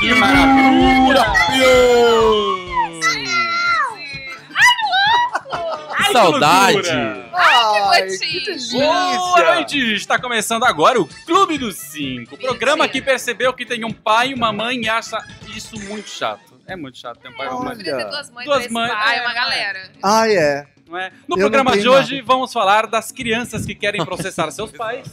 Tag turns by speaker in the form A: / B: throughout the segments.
A: Que maravilha! Ai,
B: Saudade.
A: que loucura!
C: Ai,
D: que
A: Boa noite! Está começando agora o Clube dos Cinco, programa que percebeu que tem um pai e uma mãe e acha isso muito chato. É muito chato ter um pai e uma mãe,
D: Poderia ter duas mães,
A: Duas
D: três
A: mães,
D: pais,
A: é,
D: uma
A: é.
D: galera.
C: Ah, é.
A: não é? No
C: Eu
A: programa
C: não
A: de
C: tenho
A: hoje vamos falar das crianças que querem processar seus pais,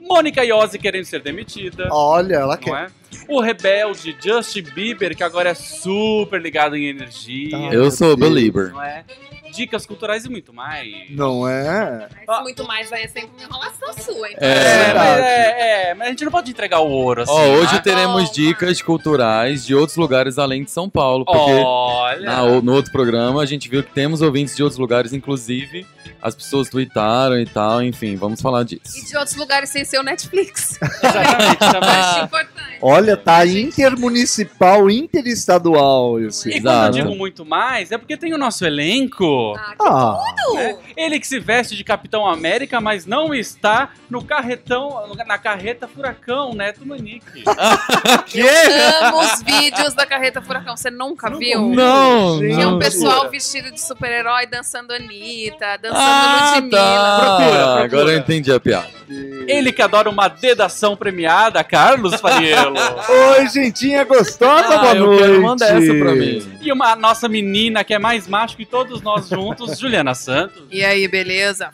A: Mônica Iose querendo ser demitida,
C: Olha, ela
A: não
C: quer.
A: é? o rebelde Justin Bieber, que agora é super ligado em energia,
C: Tá.
B: Eu sou o Belieber.
A: não é? Dicas culturais e muito mais.
C: Não é?
D: Mas
A: Ah.
D: muito mais vai ser uma enrolação sua, então.
A: É,
B: É.
A: mas, é, é, mas a gente não pode entregar o ouro assim.
B: Ó, hoje
A: né?
B: teremos
D: Calma.
B: dicas culturais de outros lugares além de São Paulo, porque
A: Olha.
B: na o- no outro programa a gente viu que temos ouvintes de outros lugares, inclusive as pessoas tweetaram e tal, enfim, vamos falar
D: E
B: disso.
D: de outros lugares sem ser o Netflix.
A: Exatamente, tá também.
B: Ah.
D: Acho é importante.
C: Olha, tá intermunicipal, interestadual esse.
A: E quando eu
B: Exato.
A: digo muito mais, é porque tem o nosso elenco.
D: Ah, que
C: Ah,
B: né?
D: tudo!
A: Ele que se veste de Capitão América, mas não está no carretão, na carreta Furacão, Neto Manique.
D: Amo os vídeos da Carreta Furacão, você nunca viu?
B: Não,
C: Gente,
D: Que é um
B: não.
D: pessoal vestido de super-herói dançando Anitta, dançando
B: Ah,
D: Ludmilla.
B: tá.
A: Procura, procura.
B: Agora eu entendi a piada.
A: Ele que adora uma dedação premiada, Carlos Fariello.
C: oi, gentinha gostosa,
B: Ah,
C: boa
B: eu
C: noite.
B: quero mandar essa pra mim.
A: E uma nossa menina que é mais macho que todos nós juntos, Juliana Santos.
D: E aí, beleza?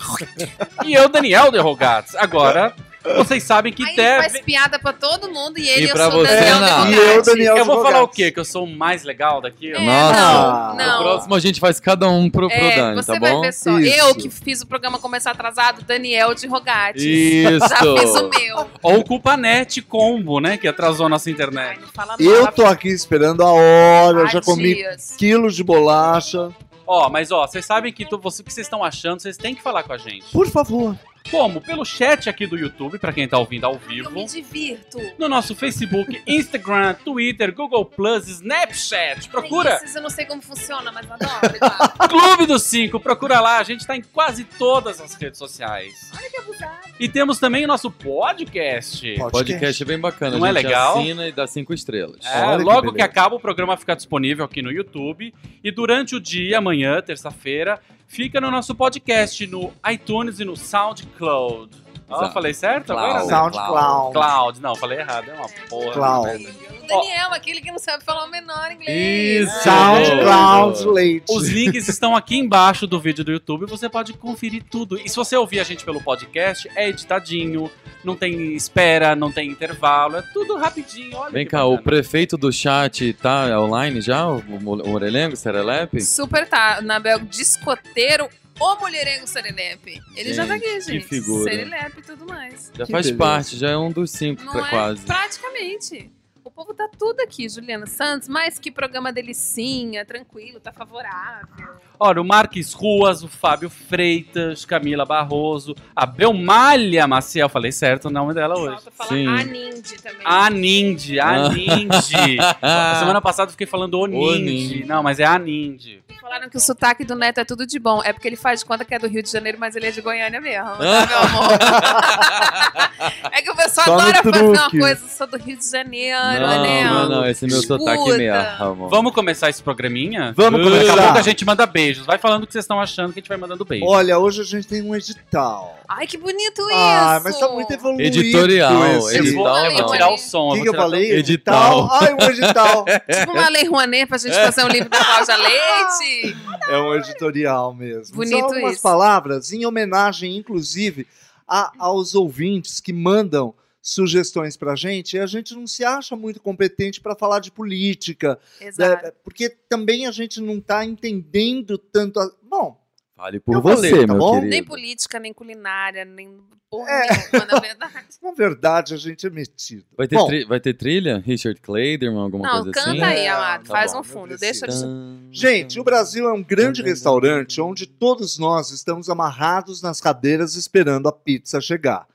A: E eu, Daniel Derrogados. Agora, vocês sabem que
D: aí ele
A: deve.
D: faz piada pra todo mundo e ele
B: E
D: eu
B: pra
D: sou o
B: você,
D: Daniel
B: não.
C: E
D: Decote.
C: eu, Daniel
A: Eu vou falar o
C: Advogados.
A: quê? Que eu sou o mais legal daqui?
D: É,
B: Nossa.
D: não,
B: No
D: não.
B: próximo a gente faz cada um pro, pro
D: É,
B: Dani,
D: você
B: tá
D: vai
B: bom?
D: ver só.
C: Isso.
D: Eu que fiz o programa começar atrasado, Daniel de Rogatti. Já fiz o
B: Isso.
D: meu.
A: Ou culpa net combo, né? Que atrasou nossa internet.
C: Eu tô aqui esperando a hora, eu já
D: Ai,
C: comi
D: dias.
C: quilos de bolacha.
A: Ó, mas ó, vocês sabem que tu- você, o que vocês estão achando, vocês têm que falar com a gente.
C: Por favor.
A: Como? Pelo chat aqui do YouTube, pra quem tá ouvindo ao
D: Eu me
A: vivo.
D: divirto.
A: No nosso Facebook, Instagram, Twitter, Google Plus, Snapchat.
D: Ai,
A: Procura
D: Esses eu não sei como funciona, mas adoro. tá?
A: Clube dos Cinco, procura lá. A gente tá em quase todas as redes sociais.
D: Olha que abusado.
A: E temos também o nosso podcast.
B: Podcast é bem bacana.
A: Não
B: a
A: é
B: gente
A: legal?
B: assina e dá cinco estrelas.
A: É,
C: Olha que
A: logo que,
C: beleza.
A: acaba o programa fica disponível aqui no YouTube e durante o dia, amanhã, terça-feira, fica no nosso podcast no iTunes e no SoundCloud. Ó,
B: Exato.
A: falei certo agora?
B: Cloud.
A: né?
C: SoundCloud.
A: Cloud, não, falei errado, é uma porra.
C: Cloud.
D: O Daniel, aquele que não sabe falar o menor inglês.
B: Isso.
C: SoundCloud Leite.
A: Os links estão aqui embaixo do vídeo do YouTube, você pode conferir tudo. E se você ouvir a gente pelo podcast, é editadinho, não tem espera, não tem intervalo, é tudo rapidinho. Olha
B: Vem
A: que
B: cá, o
A: bacana.
B: prefeito do chat tá online já? O Mo- o Morelengo, Serelepe?
D: Super tá. Nabel, discoteiro ou mulherengo Serelepe. Ele já tá aqui,
B: Gente, que
D: gente.
B: figura.
D: Serelepe e tudo mais.
B: Já
C: Que
B: faz
C: beleza.
B: parte, já é um dos cinco,
D: Não
B: pra
D: é?
B: quase.
D: Praticamente. O povo tá tudo aqui, Juliana Santos, mas que programa delicinha, tranquilo, tá favorável.
A: Olha, o Marques Ruas, o Fábio Freitas, Camila Barroso, a Belmalha Maciel, falei certo o nome dela hoje.
D: Falta falar
B: Sim.
D: a Nindy também.
A: A Nindi, a
B: Ah.
A: Nindi. A semana passada eu fiquei falando o Nindi.
B: Nindi.
A: Não, mas é a Nindi.
D: Falaram que o sotaque do Neto é tudo de bom. É porque ele faz de conta que é do Rio de Janeiro, mas ele é de Goiânia mesmo, tá, meu amor? é que o pessoal
C: Só no
D: adora fazer uma
C: truque.
D: coisa, sou do Rio de Janeiro, né?
B: não, não, não, esse é meu
D: Escuta.
B: sotaque mesmo. amor.
A: Vamos começar esse programinha?
C: Vamos
A: Daqui a
C: começar.
A: pouco a gente manda beijos. Vai falando o que vocês estão achando que a gente vai mandando beijos.
C: Olha, hoje a gente tem um edital.
D: Ai, que bonito isso!
C: Ah, mas tá muito evoluído.
B: Editorial,
C: esse.
A: Eu vou,
B: edital
A: eu vou
D: não.
A: tirar o som.
C: O que, que
A: vou
C: eu
A: tirar-
C: falei?
B: Edital.
C: Ai, um edital.
D: Tipo uma Lei Rouanet pra gente fazer um livro da Cláudia Leite.
C: é um editorial mesmo.
D: Bonito
C: Só algumas
D: isso.
C: palavras em homenagem, inclusive, a- aos ouvintes que mandam sugestões pra gente. E a gente não se acha muito competente para falar de política,
D: Exato.
C: É, né, porque também a gente não tá entendendo tanto. a- Bom,
B: Fale por
C: Eu vou
B: você,
C: ler, tá
B: meu
C: bom?
B: querido.
D: Nem política, nem culinária, nem porra
C: É.
D: nenhuma, na verdade.
C: Na verdade, a gente é metido.
B: Vai ter,
C: Bom,
B: tri- vai ter trilha? Richard Clayderman, alguma
D: Não,
B: coisa
D: canta
B: assim?
D: aí,
C: Não,
D: amado.
C: tá
D: faz
C: bom,
D: um
C: não
D: fundo.
C: precisa.
D: Deixa eu...
C: Gente, o Brasil é um grande restaurante onde todos nós estamos amarrados nas cadeiras esperando a pizza chegar.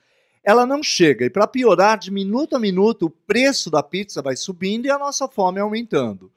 C: Ela não chega e, para piorar, de minuto a minuto, o preço da pizza vai subindo e a nossa fome aumentando.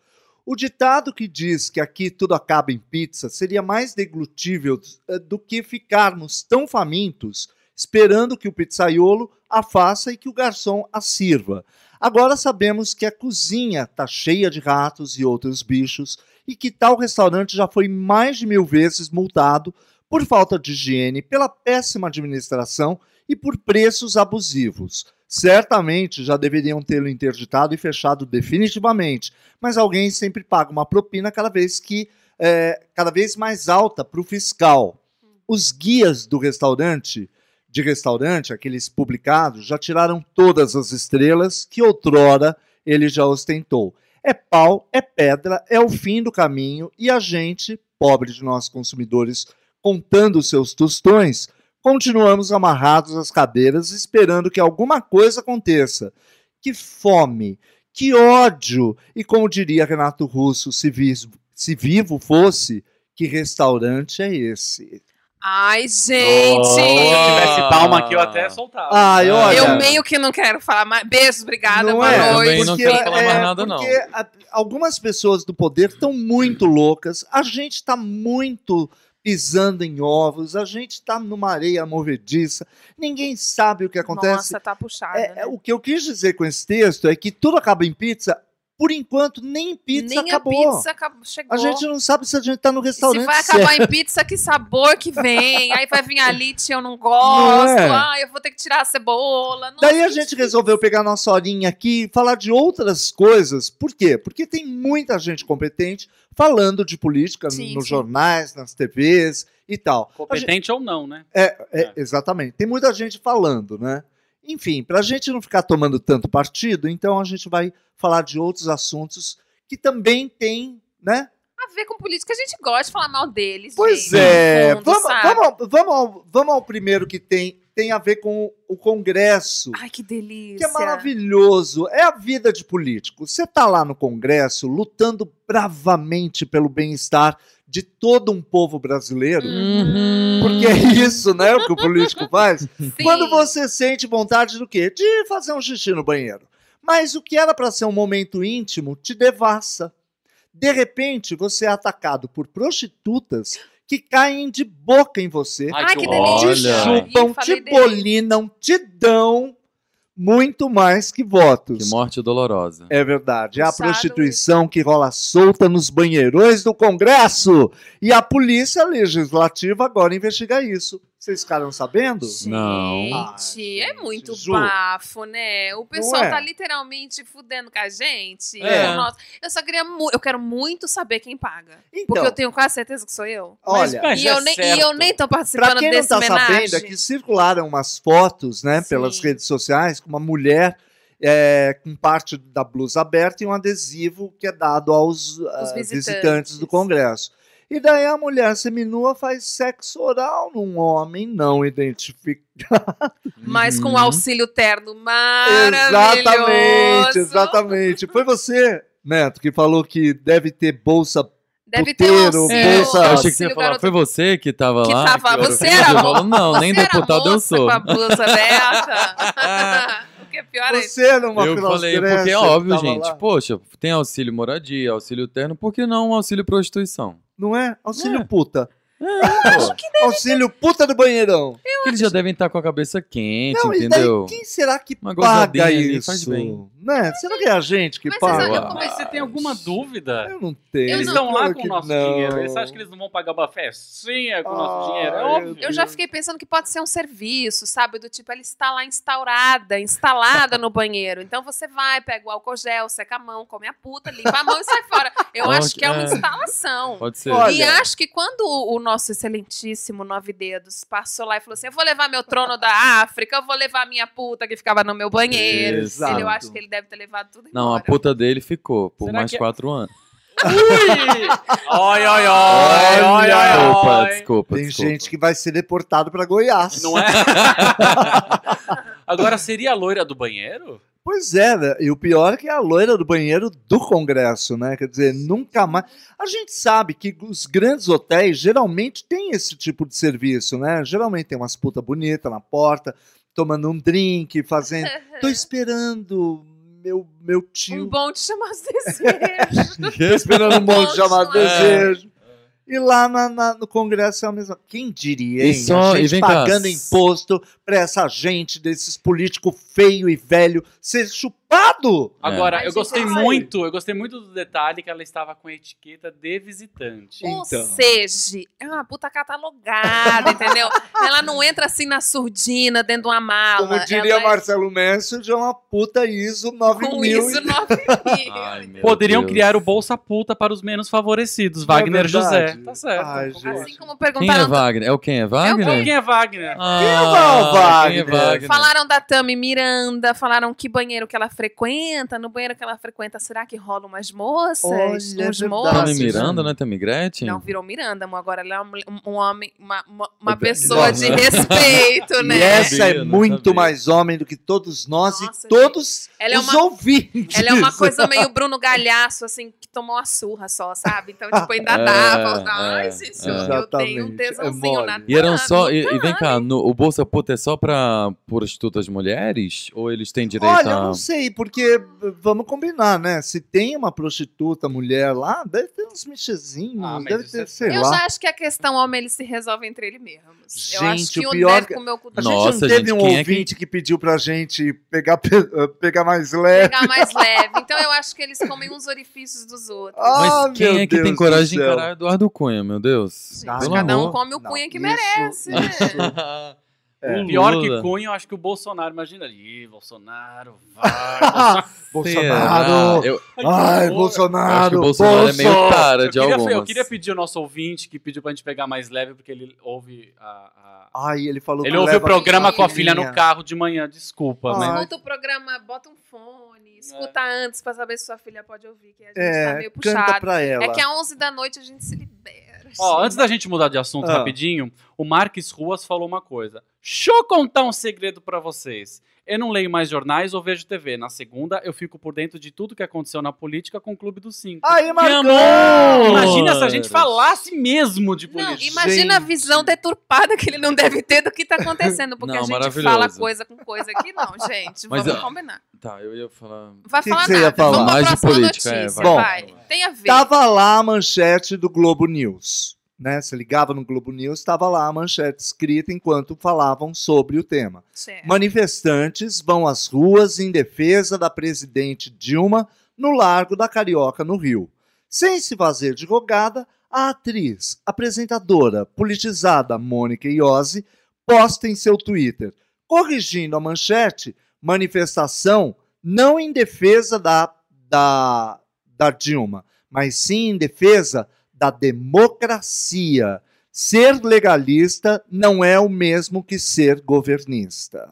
C: O ditado que diz que aqui tudo acaba em pizza seria mais deglutível eh, do que ficarmos tão famintos esperando que o pizzaiolo a faça e que o garçom a sirva. Agora sabemos que a cozinha está cheia de ratos e outros bichos e que tal restaurante já foi mais de mil vezes multado por falta de higiene, pela péssima administração e por preços abusivos. Certamente já deveriam tê-lo interditado e fechado definitivamente, mas alguém sempre paga uma propina cada vez que é, cada vez mais alta para o fiscal. Os guias do restaurante de restaurante, aqueles publicados, já tiraram todas as estrelas que outrora ele já ostentou. É pau, é pedra, é o fim do caminho e a gente, pobre de nós consumidores, contando os seus tostões, continuamos amarrados às cadeiras esperando que alguma coisa aconteça. Que fome, que ódio! E como diria Renato Russo, se, vis- se vivo fosse, que restaurante é esse?
D: Ai,
A: Se
D: gente!
A: tivesse palma aqui, eu até soltava.
C: Ai, olha.
D: Eu meio que não quero falar mais. Beijos, obrigada,
C: Não
D: boa
C: é,
D: noite.
B: também não
C: Porque, é,
B: quero falar mais nada, não.
C: porque a- algumas pessoas do poder estão muito loucas, a gente está muito pisando em ovos, a gente está numa areia movediça, ninguém sabe o que acontece.
D: Nossa, tá puxada.
C: É, é, o que eu quis dizer com esse texto é que tudo acaba em pizza, por enquanto nem pizza
D: Nem
C: acabou.
D: a pizza acabou, chegou.
C: A gente não sabe se a gente está no
D: E Se
C: restaurante
D: vai
C: certo.
D: acabar em pizza, que sabor que vem. Aí vai vir a lite, eu não gosto.
C: Não é?
D: Ah, eu vou ter que tirar a cebola. Nossa,
C: Daí a
D: que
C: gente
D: difícil.
C: resolveu pegar nossa horinha aqui e falar de outras coisas. Por quê? Porque tem muita gente competente falando de política
D: Sim,
C: nos
D: sim.
C: jornais, nas TVs e tal. A gente-
A: Competente ou não, né?
C: é, exatamente. Tem muita gente falando, né? Enfim, para a gente não ficar tomando tanto partido, então a gente vai falar de outros assuntos que também tem, né?
D: A ver com política, a gente gosta de falar mal deles.
C: Pois
D: gente,
C: é,
D: no fundo,
C: vamos,
D: sabe?
C: vamos, ao- vamos, ao, vamos ao primeiro que tem, tem a ver com o- o Congresso.
D: Ai, que delícia.
C: Que é maravilhoso. É a vida de político. Você está lá no Congresso lutando bravamente pelo bem-estar de todo um povo brasileiro.
B: Hum.
D: Uhum.
C: Porque é isso, né? O que o político faz.
D: Sim.
C: Quando você sente vontade do quê? De fazer um xixi no banheiro. Mas o que era para ser um momento íntimo te devassa. De repente, você é atacado por prostitutas que caem de boca em você
D: Ai, que
B: horror.
C: te
D: delícia.
B: Olha.
C: chupam,
D: Ih,
C: te
D: falei delícia.
C: bolinam, te dão muito mais que votos.
B: Que morte dolorosa.
C: É verdade. É a
D: Puxado
C: prostituição que rola solta nos banheirões do Congresso. E a Polícia Legislativa agora investiga isso. Vocês ficaram sabendo?
B: Não.
C: Ah,
D: Gente, é muito
C: Ju.
D: bafo, né? O pessoal
C: é?
D: tá literalmente fudendo com a gente.
B: É.
D: Nossa, eu só queria mu- eu quero muito saber quem paga. Porque
C: Então,
D: eu tenho quase certeza que sou eu.
C: olha,
A: Mas-
B: é
A: é
D: E eu, nem, e eu nem tô
C: Pra
D: participando
C: quem não
D: desse
C: está
D: homenagem.
C: sabendo, é que circularam umas fotos, né,
D: Sim.
C: pelas redes sociais, com uma mulher é, com parte da blusa aberta e um adesivo que é dado aos ah,
D: visitantes.
C: visitantes do Congresso. E daí a mulher seminua faz sexo oral num homem não identificado.
D: Mas com
B: Uhum.
D: o auxílio terno maravilhoso.
C: Exatamente, exatamente. Foi você, Neto, que falou que deve ter bolsa.
D: Deve ter um
C: Puteiro,
D: auxílio,
C: bolsa.
B: Eu achei
C: Nossa,
B: que você ia
D: auxílio
B: falar,
D: garoto-
B: foi você que tava
D: Que
B: lá?
D: tava-
B: eu
D: você
B: fiz?"
D: era
B: Tá Eu falo, Não,
D: Você
B: nem
D: era
B: deputado eu
D: moça
B: sou.
D: Com a blusa aberta. o que é pior é isso.
C: Você era uma
B: Eu
C: filas
B: falei,
C: gressa
B: porque é
C: que
B: óbvio,
C: tava
B: gente.
C: lá.
B: Poxa, tem auxílio moradia, auxílio terno, por que não um auxílio prostituição?
C: Não é? Auxílio
B: É.
C: puta.
B: Pô,
C: Auxílio puta do banheirão.
B: que eles já devem estar com a cabeça quente,
C: Não,
B: entendeu?
C: e daí quem será que
B: Uma gozadinha
C: paga
B: ali
C: isso?
B: faz bem.
C: Né? Será que é a gente que
D: Mas vocês
C: paga?
D: olham
B: como
A: Mas você tem alguma dúvida?
C: Eu não tenho.
A: Eles estão lá
C: Claro
A: com
C: que
A: o nosso
C: não.
A: dinheiro. Eles acham que eles não vão pagar uma festinha com o nosso
C: Ai,
A: dinheiro? É
C: eu
A: óbvio.
D: Então, Eu já fiquei pensando que pode ser um serviço, sabe? Do tipo, ela está lá instaurada, instalada no banheiro. Então você vai, pega o álcool gel, seca a mão, come a puta, limpa a mão e sai fora. Eu
B: Olha,
D: acho que é uma
B: é.
D: instalação.
B: Pode ser.
C: Olha.
D: E acho que quando o nosso excelentíssimo Nove Dedos passou lá e falou assim: eu vou levar meu trono da África, eu vou levar minha puta que ficava no meu banheiro.
B: Exato.
D: Ele, eu acho que ele deve ter levado tudo
B: Não, a
D: embora.
B: puta dele ficou por
A: Será
B: mais
A: que-
B: quatro anos.
A: Ui! Oi, oi, oi! Oi,
C: Olha,
A: oi, oi!
B: desculpa, desculpa.
C: Tem
B: desculpa.
C: gente que vai ser deportado para Goiás.
A: Não é? Agora, seria a loira do banheiro?
C: Pois é, né? e o pior é que é a loira do banheiro do Congresso, né? Quer dizer, nunca mais. A gente sabe que os grandes hotéis geralmente têm esse tipo de serviço, né? Geralmente tem umas puta bonita na porta, tomando um drink, fazendo.
A: É.
B: é
C: Tô esperando meu, meu tio.
D: Um bom de chamar os desejos.
C: Tô esperando um monte de chamado
D: É.
C: desejo. E lá na- na- no Congresso é a mesma. Quem diria, hein?
B: E só-
C: a
B: e
C: gente
B: vem cá,
C: pagando
B: s-
C: imposto pra essa gente, desses políticos feio e velho, ser chupado!
A: Agora,
D: Ai,
A: eu
D: gente,
A: gostei
D: ai.
A: muito, eu gostei muito do detalhe que ela estava com a etiqueta de visitante.
D: Ou
C: Então.
D: seja, é uma puta catalogada, entendeu? Ela não entra assim na surdina, dentro de uma mala.
C: Como diria
D: Ah, ela
C: Marcelo Messi, já é uma puta ISO
D: é com
C: 9000.
D: isso, nove mil.
C: Ah,
B: Ai, meu
A: Poderiam
B: Deus.
A: criar o Bolsa Puta para os menos favorecidos,
C: Não é
A: Wagner
C: verdade?
A: José. Tá certo.
C: Ai,
A: concordo.
C: gente.
D: Assim como
B: Quem é
D: perguntaram,
B: Wagner? É o quem? É Wagner?
D: Wagner.
A: Quem é Wagner?
B: Ah, quem é
C: Quem é o Wagner?
B: Wagner?
D: falaram da Tami Miranda, falaram que banheiro que ela frequenta, no banheiro que ela frequenta, será que rolam umas moças?
C: Olha,
D: uns
C: é verdade.
D: moços?
B: Tami Miranda, né? Tami Gretchen?
D: Não virou Miranda, amor. Agora ela é um, um homem, uma, uma, uma
B: Não,
D: pessoa de respeito, né?
C: E essa é
B: Sabia, não
C: muito
B: sabia.
C: mais homem do que todos nós
D: Nossa,
C: e todos
D: Ela é
C: os
D: uma-
C: ouvintes.
D: Ela é uma coisa meio Bruno Galhaço, assim, que tomou uma surra só, sabe? Então, tipo, ainda
B: É,
D: dá. Fala,
B: é,
D: Ai, gente, eu
C: exatamente,
D: tenho um
C: é
D: tesãozinho
C: mole.
D: na
B: E eram só.
D: Tami,
B: E, e vem
D: Tami.
B: cá, no- o Bolsa Puta é só pra prostitutas mulheres? Ou eles têm direito
C: Olha, eu
B: a.
C: não sei, porque vamos combinar, né? Se tem uma prostituta mulher lá, deve ter uns mexezinhos,
A: Ah, mas
C: deve
A: isso
C: ter,
A: é-
C: sei
D: Eu
C: lá.
D: já acho que a questão homem, ele se resolve entre ele mesmo. eu acho
C: Gente,
D: que
C: o
D: um
C: pior
D: deve
C: que-
D: comer o cu do outro.
C: A gente
B: Nossa,
C: não teve
B: gente,
C: um
B: quem é que-
C: ouvinte que pediu pra gente pegar, pe- eh, pegar mais leve.
D: Pegar mais leve. Então eu acho que eles comem uns orifícios dos outros.
B: Mas
C: Ah, meu
B: quem é que
C: Deus
B: tem coragem
C: do
B: de
C: céu.
B: encarar Eduardo Cunha, meu Deus?
D: Gente,
C: Ai,
B: Pelo
D: cada um
B: amor.
D: come o cunha que merece, né?
C: É.
A: O pior
B: Lula.
A: que Cunha, eu acho que o Bolsonaro, imagina ali, Bolsonaro, vai, Bolsonaro.
C: Bolsonaro!
B: Será? Eu,
A: Pô,
C: Ai,
B: eu acho que
C: Bolsonaro!
B: o Bolsonaro é meio cara
A: eu
B: de
A: queria,
B: algumas.
A: eu queria pedir ao nosso ouvinte que pediu pra gente pegar mais leve, porque ele ouve a. a-
C: Ai, ele falou
A: Ele
C: que
A: ouve o
C: leva
A: programa com a filha
C: filhinha.
A: no carro de manhã, desculpa, né?
C: Ah,
A: mas.
D: Escuta o programa, bota um
B: É.
D: fone, escuta antes pra saber se sua filha pode ouvir, que a gente tá
C: É,
D: meio
C: canta
D: puxado.
C: pra ela.
D: É que às 11 da noite a gente se libera.
A: Ó,
D: gente.
A: antes da gente mudar de assunto
C: Ah.
A: rapidinho, o Marques Ruas falou uma coisa. Deixa eu contar um segredo pra vocês. Eu não leio mais jornais ou vejo TV. Na segunda, eu fico por dentro de tudo que aconteceu na política com o Clube dos Cinco.
C: Aí,
A: Que
C: Marcão!
A: amor! Imagina se a gente falasse mesmo
B: Tipo,
A: de
D: Não,
A: política.
D: imagina a
C: Gente.
D: visão deturpada que ele não deve ter do que tá acontecendo, porque
B: Não,
D: a gente
B: maravilhoso.
D: fala coisa com coisa aqui, não, gente.
B: Mas,
D: vamos
B: ó,
D: combinar.
B: Tá, eu ia falar.
D: Vai
C: que
D: falar
C: que você ia
D: nada.
C: falar? tá,
D: Vamos pra
B: Mais de
D: próxima
B: política, é,
D: notícia, vai.
C: vai.
D: Tem a ver.
C: Tava lá a manchete do Globo News. Né? Você ligava no Globo News, estava lá a manchete escrita enquanto falavam sobre o tema.
D: Certo.
C: Manifestantes vão às ruas em defesa da presidente Dilma no Largo da Carioca, no Rio. Sem se fazer de rogada, a atriz, apresentadora, politizada Mônica Iose posta em seu Twitter, corrigindo a manchete, manifestação não em defesa da, da, da Dilma, mas sim em defesa da democracia. Ser legalista não é o mesmo que ser governista.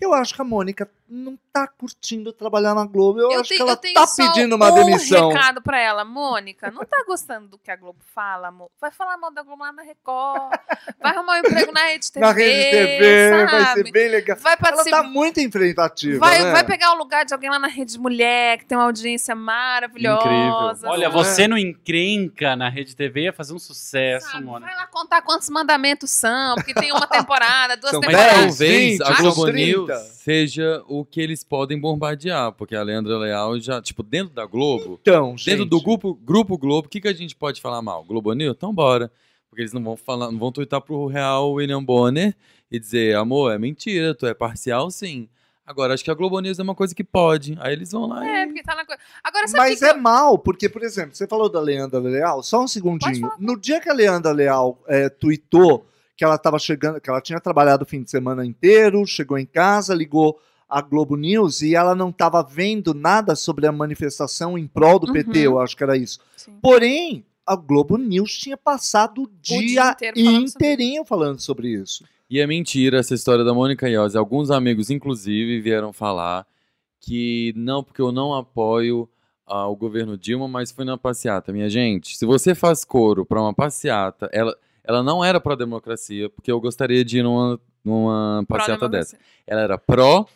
C: Eu acho que a Mônica não tá curtindo trabalhar na Globo. Eu,
D: Eu,
C: acho
D: tenho,
C: que ela
D: eu tenho
C: tá
D: só
C: pedindo uma
D: um
C: demissão.
D: recado pra ela, Mônica. Não tá gostando do que a Globo fala, amor? Vai falar mal da Globo lá na Record. Vai arrumar um emprego na Rede TV.
C: na Rede TV, vai
D: sabe?
C: ser bem legal.
D: Vai
C: Ela
D: participar.
C: tá muito enfrentativa,
D: Vai,
C: né?
D: vai pegar o lugar de alguém lá na Rede Mulher, que tem uma audiência maravilhosa.
B: Incrível.
A: Olha,
D: sabe?
A: você não encrenca na Rede TV ia fazer um sucesso,
D: Sabe,
A: Mônica.
D: Vai lá contar quantos mandamentos são, porque tem uma temporada, duas
C: São
B: Mas
C: dez,
D: temporadas.
B: talvez a
D: vinte,
B: Globo
C: são
B: News
C: 30.
B: seja o que eles podem bombardear, porque a Leandra Leal já, tipo, dentro da Globo,
C: Então, gente.
B: dentro do grupo, grupo Globo, o que, que a gente pode falar mal? Globo News? Então bora. Porque eles não vão falar, não vão tuitar pro real William Bonner e dizer, amor, é mentira, tu é parcial, sim. Agora, acho que a Globo News é uma coisa que pode. Aí eles vão lá e...
D: É, porque tá na coisa. Agora sabe
C: Mas
D: que
C: é mal, porque, por exemplo, você falou da Leandra Leal, só um segundinho. No dia que a Leandra Leal é, tweetou que ela estava chegando, que ela tinha trabalhado o fim de semana inteiro, chegou em casa, ligou a Globo News e ela não estava vendo nada sobre a manifestação em prol do PT,
D: Uhum.
C: eu acho que era isso.
D: Sim.
C: Porém, a Globo News tinha passado o dia,
D: dia inteiro falando sobre
C: inteirinho falando sobre isso.
B: E é mentira essa história da Mônica Iose. Alguns amigos, inclusive, vieram falar que não, porque eu não apoio ah, o governo Dilma, mas fui na passeata. Minha gente, se você faz coro pra uma passeata, ela, Ela não era pró-democracia, porque eu gostaria de ir numa, numa passeata dessa.
D: Pró-democracia.
B: Ela era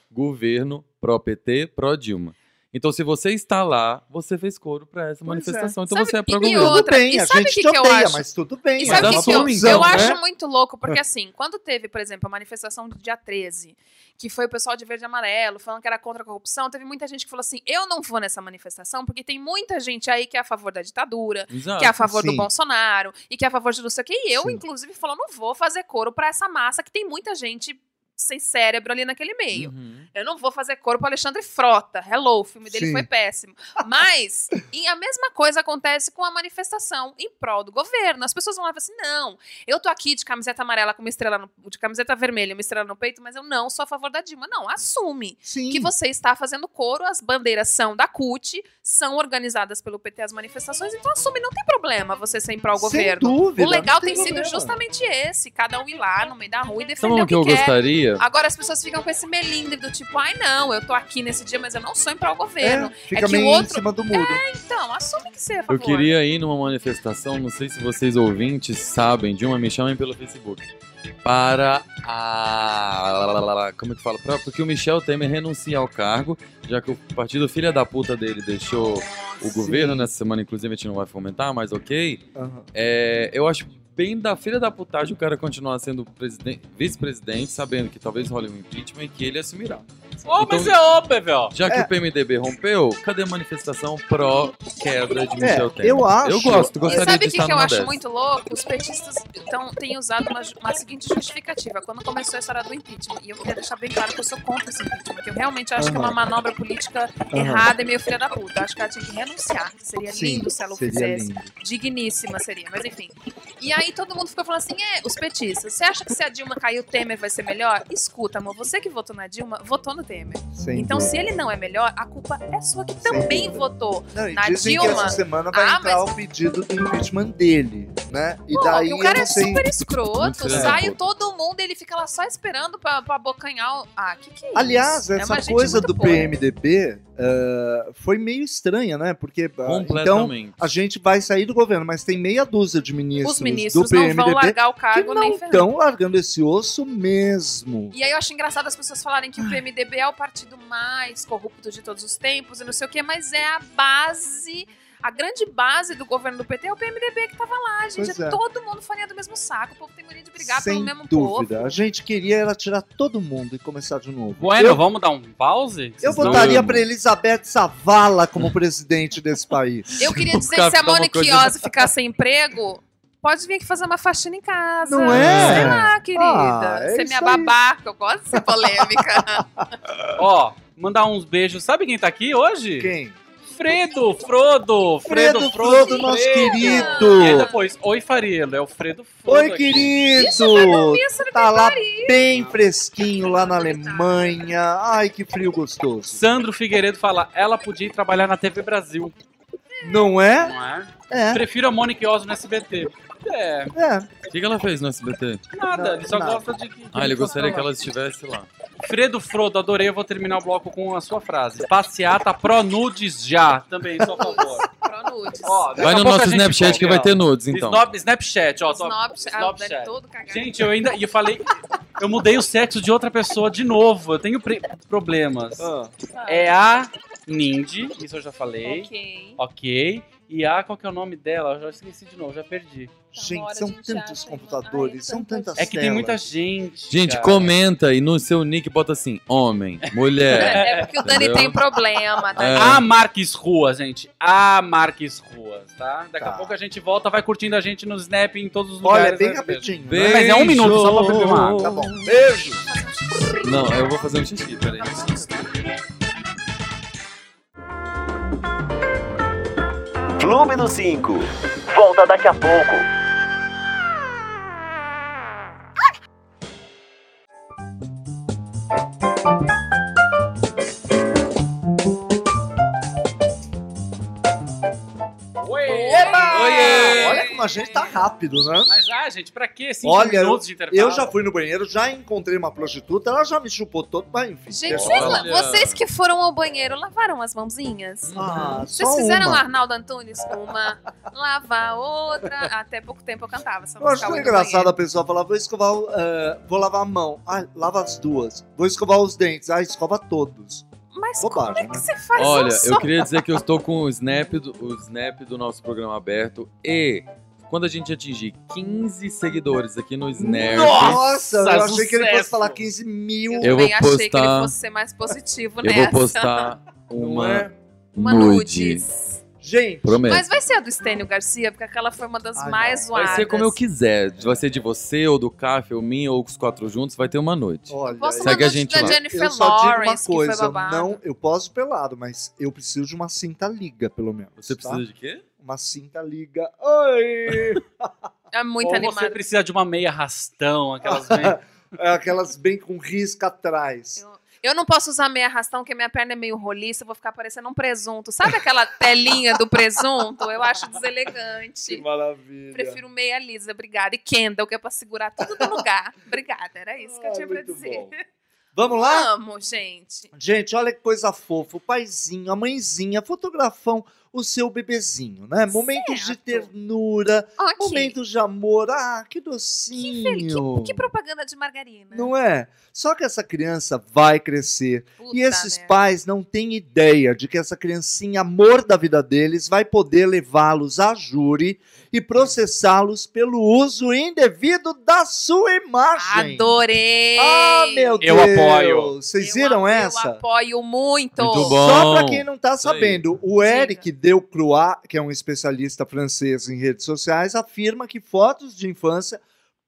B: pró-governo, pró-PT, pró-Dilma. Então, se você está lá, você fez coro pra essa
C: Pois
B: manifestação.
C: é.
B: Então,
D: Sabe,
B: você é
D: e- e
B: pró-governo.
C: Tudo
D: outra,
C: bem,
D: e
C: a
D: sabe
C: gente
D: que que eu
C: odeia,
D: acho?
C: mas tudo bem.
D: E
B: Mas
D: sabe o
B: ela
D: que, que eu,
B: assume,
C: então,
D: eu
C: né?
D: acho muito louco? Porque assim, quando teve, por exemplo, a manifestação do dia 13, que foi o pessoal de verde e amarelo falando que era contra a corrupção, teve muita gente que falou assim: eu não vou nessa manifestação, porque tem muita gente aí que é a favor da ditadura,
B: Exato.
D: que é a favor do
C: sim.
D: Bolsonaro e que é a favor de não sei o quê. E eu,
C: Sim.
D: inclusive, falo, não vou fazer coro pra essa massa que tem muita gente sem cérebro ali naquele meio.
B: Uhum.
D: Eu não vou fazer coro pro Alexandre Frota. Hello, o filme dele
C: Sim.
D: foi péssimo. Mas e a mesma coisa acontece com a manifestação em prol do governo. As pessoas vão lá e falam assim: não, eu tô aqui de camiseta amarela com uma estrela no, de camiseta vermelha, e uma estrela no peito, mas eu não sou a favor da Dilma. Não, assume
C: Sim.
D: que você está fazendo coro, as bandeiras são da CUT, são organizadas pelo PT as manifestações, então assume, não tem problema você ser em prol do
C: Sem
D: governo.
C: dúvida.
D: é O legal
C: não
D: tem sido
C: problema.
D: justamente esse, cada um ir lá no meio da rua e defender
B: Sabe
D: o
B: Então o
D: que,
B: que eu
D: é? quer.
B: gostaria?
D: Agora as pessoas ficam com esse melindre do tipo, ai não, eu tô aqui nesse dia, mas eu não sou em prol
C: É,
D: governo.
C: fica
D: É que o
C: meio em
D: outro-
C: cima do muro.
D: Então, assume que você é a
B: Eu
D: favor.
B: queria ir numa manifestação, não sei se vocês ouvintes sabem, de uma me chamem pelo Facebook. Para a. Como é que fala? Pra- Porque o Michel Temer renuncia ao cargo, já que o partido filha da puta dele deixou o
C: Sim.
B: governo nessa semana, inclusive a gente não vai fomentar, mas ok.
C: Aham.
B: É, eu acho bem da filha da putagem o cara continuar sendo presiden- vice-presidente, sabendo que talvez role um impeachment e que ele assumirá.
A: Homens
B: Então-
A: é homem, velho.
B: Já que
C: É.
B: o PMDB rompeu, cadê a manifestação pró-quebra de Michel
C: É,
B: Temer?
C: eu acho-
B: Eu gosto,
C: E
B: gostaria
D: e sabe
B: de
D: o que,
B: estar
D: que eu
B: numa
D: acho
B: dessas.
D: muito louco? Os petistas tão, têm usado uma, ju- uma seguinte justificativa. Quando começou a história do impeachment, e eu queria deixar bem claro que eu sou contra esse impeachment, porque eu realmente acho que é uma
C: Aham.
D: manobra política
C: Aham.
D: errada e meio filha da puta. Acho que ela tinha que renunciar. Seria
C: Sim,
D: lindo se ela o
C: seria
D: fizesse.
C: lindo.
D: digníssima seria, mas enfim. E aí todo mundo ficou falando assim: é, os petistas, você acha que se a Dilma cair o Temer vai ser melhor? Escuta, amor, você que votou na Dilma, votou no Temer.
C: Sem
D: então,
C: dúvida.
D: se ele não é melhor, a culpa é sua que
C: Sem
D: também
C: dúvida.
D: votou.
C: Não, e
D: na
C: dizem que
D: Dilma-
C: essa semana vai
D: Ah,
C: entrar o pedido do impeachment dele, né? E
D: Pô,
C: daí
D: e o cara é
C: eu não sei...
D: super escroto,
B: Muito filha da
D: sai
B: puta.
D: todo mundo, ele fica lá só esperando pra, pra abocanhar o. Ah, que que é isso?
C: Aliás,
D: É
C: essa
D: uma gente
C: coisa
D: muito
C: do
D: podre.
C: PMDB eh, foi meio estranha, né? Porque ah, então
B: Completamente.
C: a gente vai sair do governo, mas tem meia dúzia de ministros,
D: Os ministros
C: do PMDB
D: não vão largar o
C: que
D: cargo
C: não
D: nem ferrando.
C: estão largando esse osso mesmo.
D: E aí eu acho engraçado as pessoas falarem que o PMDB é o partido mais corrupto de todos os tempos e não sei o quê, mas é a base, a grande base do governo do PT é o PMDB que tava lá, gente.
C: Pois
D: É
C: é.
D: todo mundo farinha do mesmo saco, o povo tem mania de brigar
C: Sem
D: pelo mesmo
C: dúvida.
D: povo.
C: A gente queria era tirar todo mundo e começar de novo.
A: Bueno,
C: eu,
A: vamos dar um pause?
C: eu
A: Vocês não-
C: votaria
B: amo.
C: pra Elizabeth Savala como presidente desse país.
D: Eu queria dizer
B: Cara,
D: que se a
B: tá uma
D: Mônica
B: coisa-
D: Iose ficar sem emprego, pode vir aqui fazer uma faxina em casa.
C: Não é?
D: Sei lá, querida.
C: Ah, é
D: Você é
C: isso
D: minha
C: aí.
D: babá, que eu gosto de ser polêmica.
A: Ó, mandar uns beijos. Sabe quem tá aqui hoje?
C: Quem?
A: Fredo, Frodo, Fredo,
C: Fredo
A: Frodo,
C: Frodo, nosso
A: Fredo. E aí
D: tá
C: querido.
A: depois, oi Farelo, é o Fredo Frodo.
C: Oi,
A: aqui.
D: Isso, vai
C: querido.
D: dormir, você não
C: Tá
D: tem
C: lá
D: marido.
C: bem fresquinho lá na Alemanha. Ai, que frio gostoso.
A: Sandro Figueiredo fala, ela podia ir trabalhar na TV Brasil,
C: Não é?
A: não é?
C: É,
A: Prefiro a Mônica Oz no SBT. É,
D: Tá
C: é.
B: O que, que ela fez no SBT?
A: nada,
C: Não,
A: ele só
C: nada.
A: gosta de que...
B: Ah, ele gostaria que
A: Então, falar.
B: ela estivesse lá.
A: Fredo Frodo, adorei, eu vou terminar o bloco com a sua frase. Passeata pro nudes já, também, só por favor.
D: Pronudes.
A: Ó, daqui
B: Vai
A: a
B: no
A: pouco a
B: nosso
A: gente
B: Snapchat que
A: volta.
B: vai ter nudes, então.
A: Snob- Snapchat, ó. tô-
D: Snob, ah, o Dani
A: Snapchat.
D: todo cagado.
A: Gente, eu ainda. E eu falei. Eu mudei o sexo de outra pessoa de novo. Eu tenho pre- problemas. É a Nindy, isso eu já falei.
D: Ok.
A: Ok. E a, qual que é o nome dela? Eu já esqueci de novo, já perdi.
C: Gente,
D: hora
C: são
D: a gente
C: tantos
D: acha,
C: computadores,
D: irmão.
C: são tantas
A: É que tem muita
C: telas.
A: gente.
B: Gente,
A: cara.
B: comenta aí no seu nick bota assim, homem, mulher.
D: É porque o Dani
B: Entendeu?
D: tem problema, tá?
B: É.
A: A Marques Ruas, gente. A Marques Ruas, tá? Daqui a
C: Tá.
A: pouco a gente volta, vai curtindo a gente no Snap em todos os lugares.
C: Olha, bem
A: né?
C: rapidinho.
B: Beijo.
C: Né?
A: Mas é um minuto só pra beber uma água.
C: Tá bom. Beijo.
B: Não, eu vou fazer um xixi, peraí.
E: Clube do 5. Volta daqui a pouco.
A: Ué!
D: Eba!
B: Oiê!
D: Olha que
C: a gente tá rápido, né?
A: Mas, ah, gente, pra quê? Cinco
C: Olha,
A: minutos de intervalo.
C: Eu já fui no banheiro, já encontrei uma prostituta, ela já me chupou todo, mas enfim. É
D: Gente, vocês,
C: pessoal.
D: la-
B: Olha.
D: vocês que foram ao banheiro lavaram as mãozinhas?
C: Ah,
D: Vocês
C: só
D: fizeram
C: uma.
D: Arnaldo Antunes uma, lava outra. Até pouco tempo eu cantava essa
C: Eu acho
D: música.
C: tão
D: Oi do
C: engraçado a pessoa falar, vou escovar, o- eh, vou lavar a mão. Ah, lava as duas. Vou escovar os dentes. Ah, escova todos.
D: banheiro. Mas como
C: Bobagem, né?
D: é que você
A: um
D: faz
B: Olha,
D: isso?
B: eu queria dizer que eu estou com o snap, do, o snap do nosso programa aberto e quando a gente atingir 15 seguidores aqui no Snap,
C: Nossa, eu achei que ele
A: sucesso.
C: fosse falar 15 mil.
D: Eu
B: Eu vou
D: também um achei que ele
B: postar-
D: fosse ser mais positivo
B: eu
D: nessa.
B: vou postar
C: Tipo Não
B: uma,
C: é?
D: Uma
B: nude.
D: nudes.
C: Gente,
B: Prometo.
D: Mas vai ser a do Estênio Garcia, porque aquela foi uma das
C: Ai,
D: mais
B: Vai
D: zoadas.
B: ser como eu quiser. Vai ser de você, ou do Café, ou minha, ou os quatro juntos, vai ter uma noite.
C: olha.
D: Posso
B: Segue
D: uma
B: a
D: nude
B: gente
D: da
B: lá.
D: Jennifer
C: eu só digo uma
D: Lawrence, que
C: coisa,
D: foi babado.
C: não, eu posso pelado, mas eu preciso de uma cinta liga, pelo menos.
B: Você
C: tá?
B: precisa de quê?
C: Uma cinta liga. Oi!
D: É muito
A: Ou
D: animado.
A: você precisa de uma meia rastão, aquelas meias.
C: É Aquelas bem com risca atrás.
D: Eu não posso usar meia arrastão, porque minha perna é meio roliça, eu vou ficar parecendo um presunto. Sabe aquela telinha do presunto? Eu acho
C: Que
D: deselegante.
C: maravilha.
D: Prefiro meia lisa, obrigada. E Kendall, que é pra segurar tudo no lugar. Obrigada, era isso que eu
C: Ah,
D: tinha pra
C: muito
D: dizer.
C: bom. Vamos lá?
D: Amo, gente.
C: Gente, olha que coisa fofa. O paizinho, a mãezinha fotografam o seu bebezinho, né? Momentos de
D: Certo.
C: ternura,
D: Ok.
C: momentos de amor. Ah, que
D: Que,
C: docinho.
D: fel- que- né? que propaganda de margarina.
C: Não é? Só que essa criança vai crescer.
D: Puta né?
C: e esses
D: merda.
C: pais não têm ideia de que essa criancinha, amor da vida deles, vai poder levá-los a júri e processá-los pelo uso indevido da sua imagem.
D: Adorei!
C: Ah, meu Deus!
A: Eu apoio.
C: Vocês
D: Eu
C: viram
D: a-
C: essa?
D: Eu apoio muito.
B: Muito bom.
C: Só pra quem não tá
B: Isso aí.
C: sabendo, o
D: Diga.
C: Eric Del Croix, que é um especialista francês em redes sociais, afirma que fotos de infância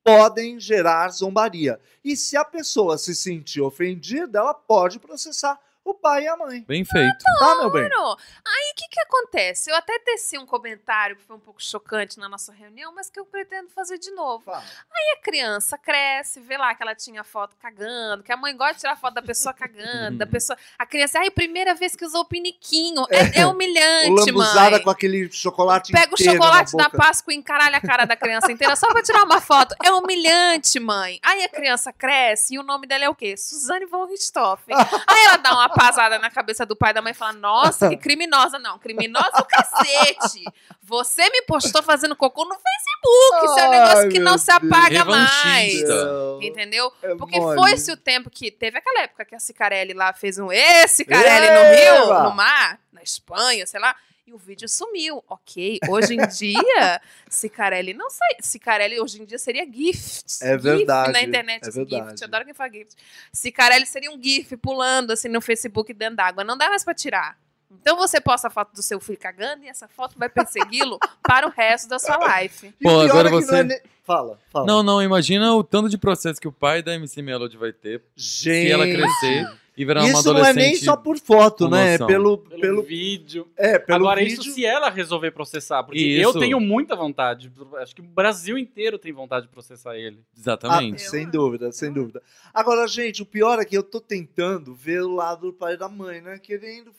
C: podem gerar zombaria. E se a pessoa se sentir ofendida, ela pode processar o pai e a mãe.
B: Bem feito.
C: Tá, meu bem?
D: Claro. Aí o que, que acontece? Eu até teci um comentário que foi um pouco chocante na nossa reunião, mas que eu pretendo fazer de novo.
C: Fala.
D: Aí a criança cresce, vê lá que ela tinha foto cagando, que a mãe gosta de tirar foto da pessoa cagando, da pessoa. A criança, ai, primeira vez que usou o piniquinho. É, é
C: O
D: humilhante,
C: lambuzada
D: mãe.
C: com aquele chocolate
D: Pega o
C: inteiro
D: chocolate
C: na
D: da
C: boca.
D: Páscoa e encaralha a cara da criança inteira só pra tirar uma foto. É humilhante, mãe. Aí a criança cresce e o nome dela é o quê? Suzane von Richthofen. Aí ela dá uma pasada na cabeça do pai e da mãe e fala: Nossa, que criminosa. Não, criminosa é o cacete. Você me postou fazendo cocô no Facebook. Isso é um
C: Ai,
D: negócio que não
C: meu
D: se apaga
B: Deus.
D: mais.
B: Revanchista.
D: Entendeu?
C: É
D: Porque
C: mole.
D: foi-se o tempo que teve aquela época que a Cicarelli lá fez um ê, Cicarelli no
C: Eba!
D: Rio, no mar, na Espanha, sei lá, e o vídeo sumiu. Ok, hoje em dia, Cicarelli não sai. Cicarelli hoje em dia seria gift.
C: É verdade,
D: GIF na internet,
C: é verdade.
D: gift. Eu adoro quem fala gift. Cicarelli seria um gif pulando assim no Facebook dentro d'água. Não dá mais pra tirar. Então você posta a foto do seu filho cagando e essa foto vai persegui-lo para o resto da sua life.
C: E
B: Pô,
C: pior
B: agora
C: é que não
B: você-
C: é ne- Fala, fala.
B: Não, não, imagina o tanto de processo que o pai da MC Melody vai ter
C: Gente.
B: se ela crescer e virar uma
C: Isso não é
B: um adolescente.
C: nem só por foto,
B: com
C: né? É
B: noção.
C: pelo,
A: Pelo,
C: pelo,
A: vídeo.
C: é, pelo
A: Agora,
C: vídeo.
A: isso se ela resolver processar, porque
B: Isso.
A: eu tenho muita vontade. Acho que o Brasil inteiro tem vontade de processar ele.
C: Ah,
B: Exatamente.
C: sem dúvida, sem dúvida. Agora, gente, o pior é que eu tô tentando ver o lado do pai e da mãe, né? Querendo,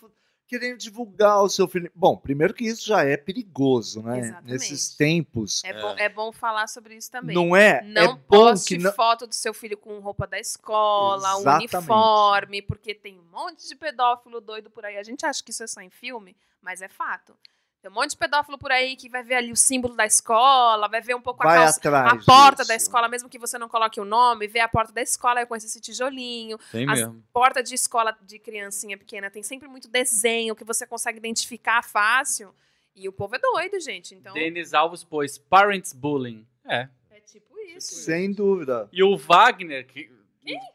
C: querendo divulgar o seu filho. Bom, primeiro que isso já é perigoso, né?
D: Exatamente.
C: Nesses tempos.
D: É, Bom, é bom falar sobre isso também.
C: Não é?
D: Não
C: é bom
D: poste
C: que não.
D: foto do seu filho com roupa da escola, um
C: Exatamente.
D: uniforme, porque tem um monte de pedófilo doido por aí. A gente acha que isso é só em filme, mas é fato. Tem um monte de pedófilo por aí que vai ver ali o símbolo da escola, vai ver um pouco
C: Vai
D: a calça.
C: atrás.
D: A porta da
C: disso.
D: escola, mesmo que você não coloque o nome, vê a porta da escola e conhece esse tijolinho.
B: Tem
C: Ah,
D: As-
B: mesmo.
D: Porta de escola de criancinha pequena tem sempre muito desenho que você consegue identificar fácil. E o povo é doido, gente. Então
A: Denis Alves pôs Parents Bullying. É.
D: é tipo isso.
C: Sem dúvida.
A: E o Wagner. que-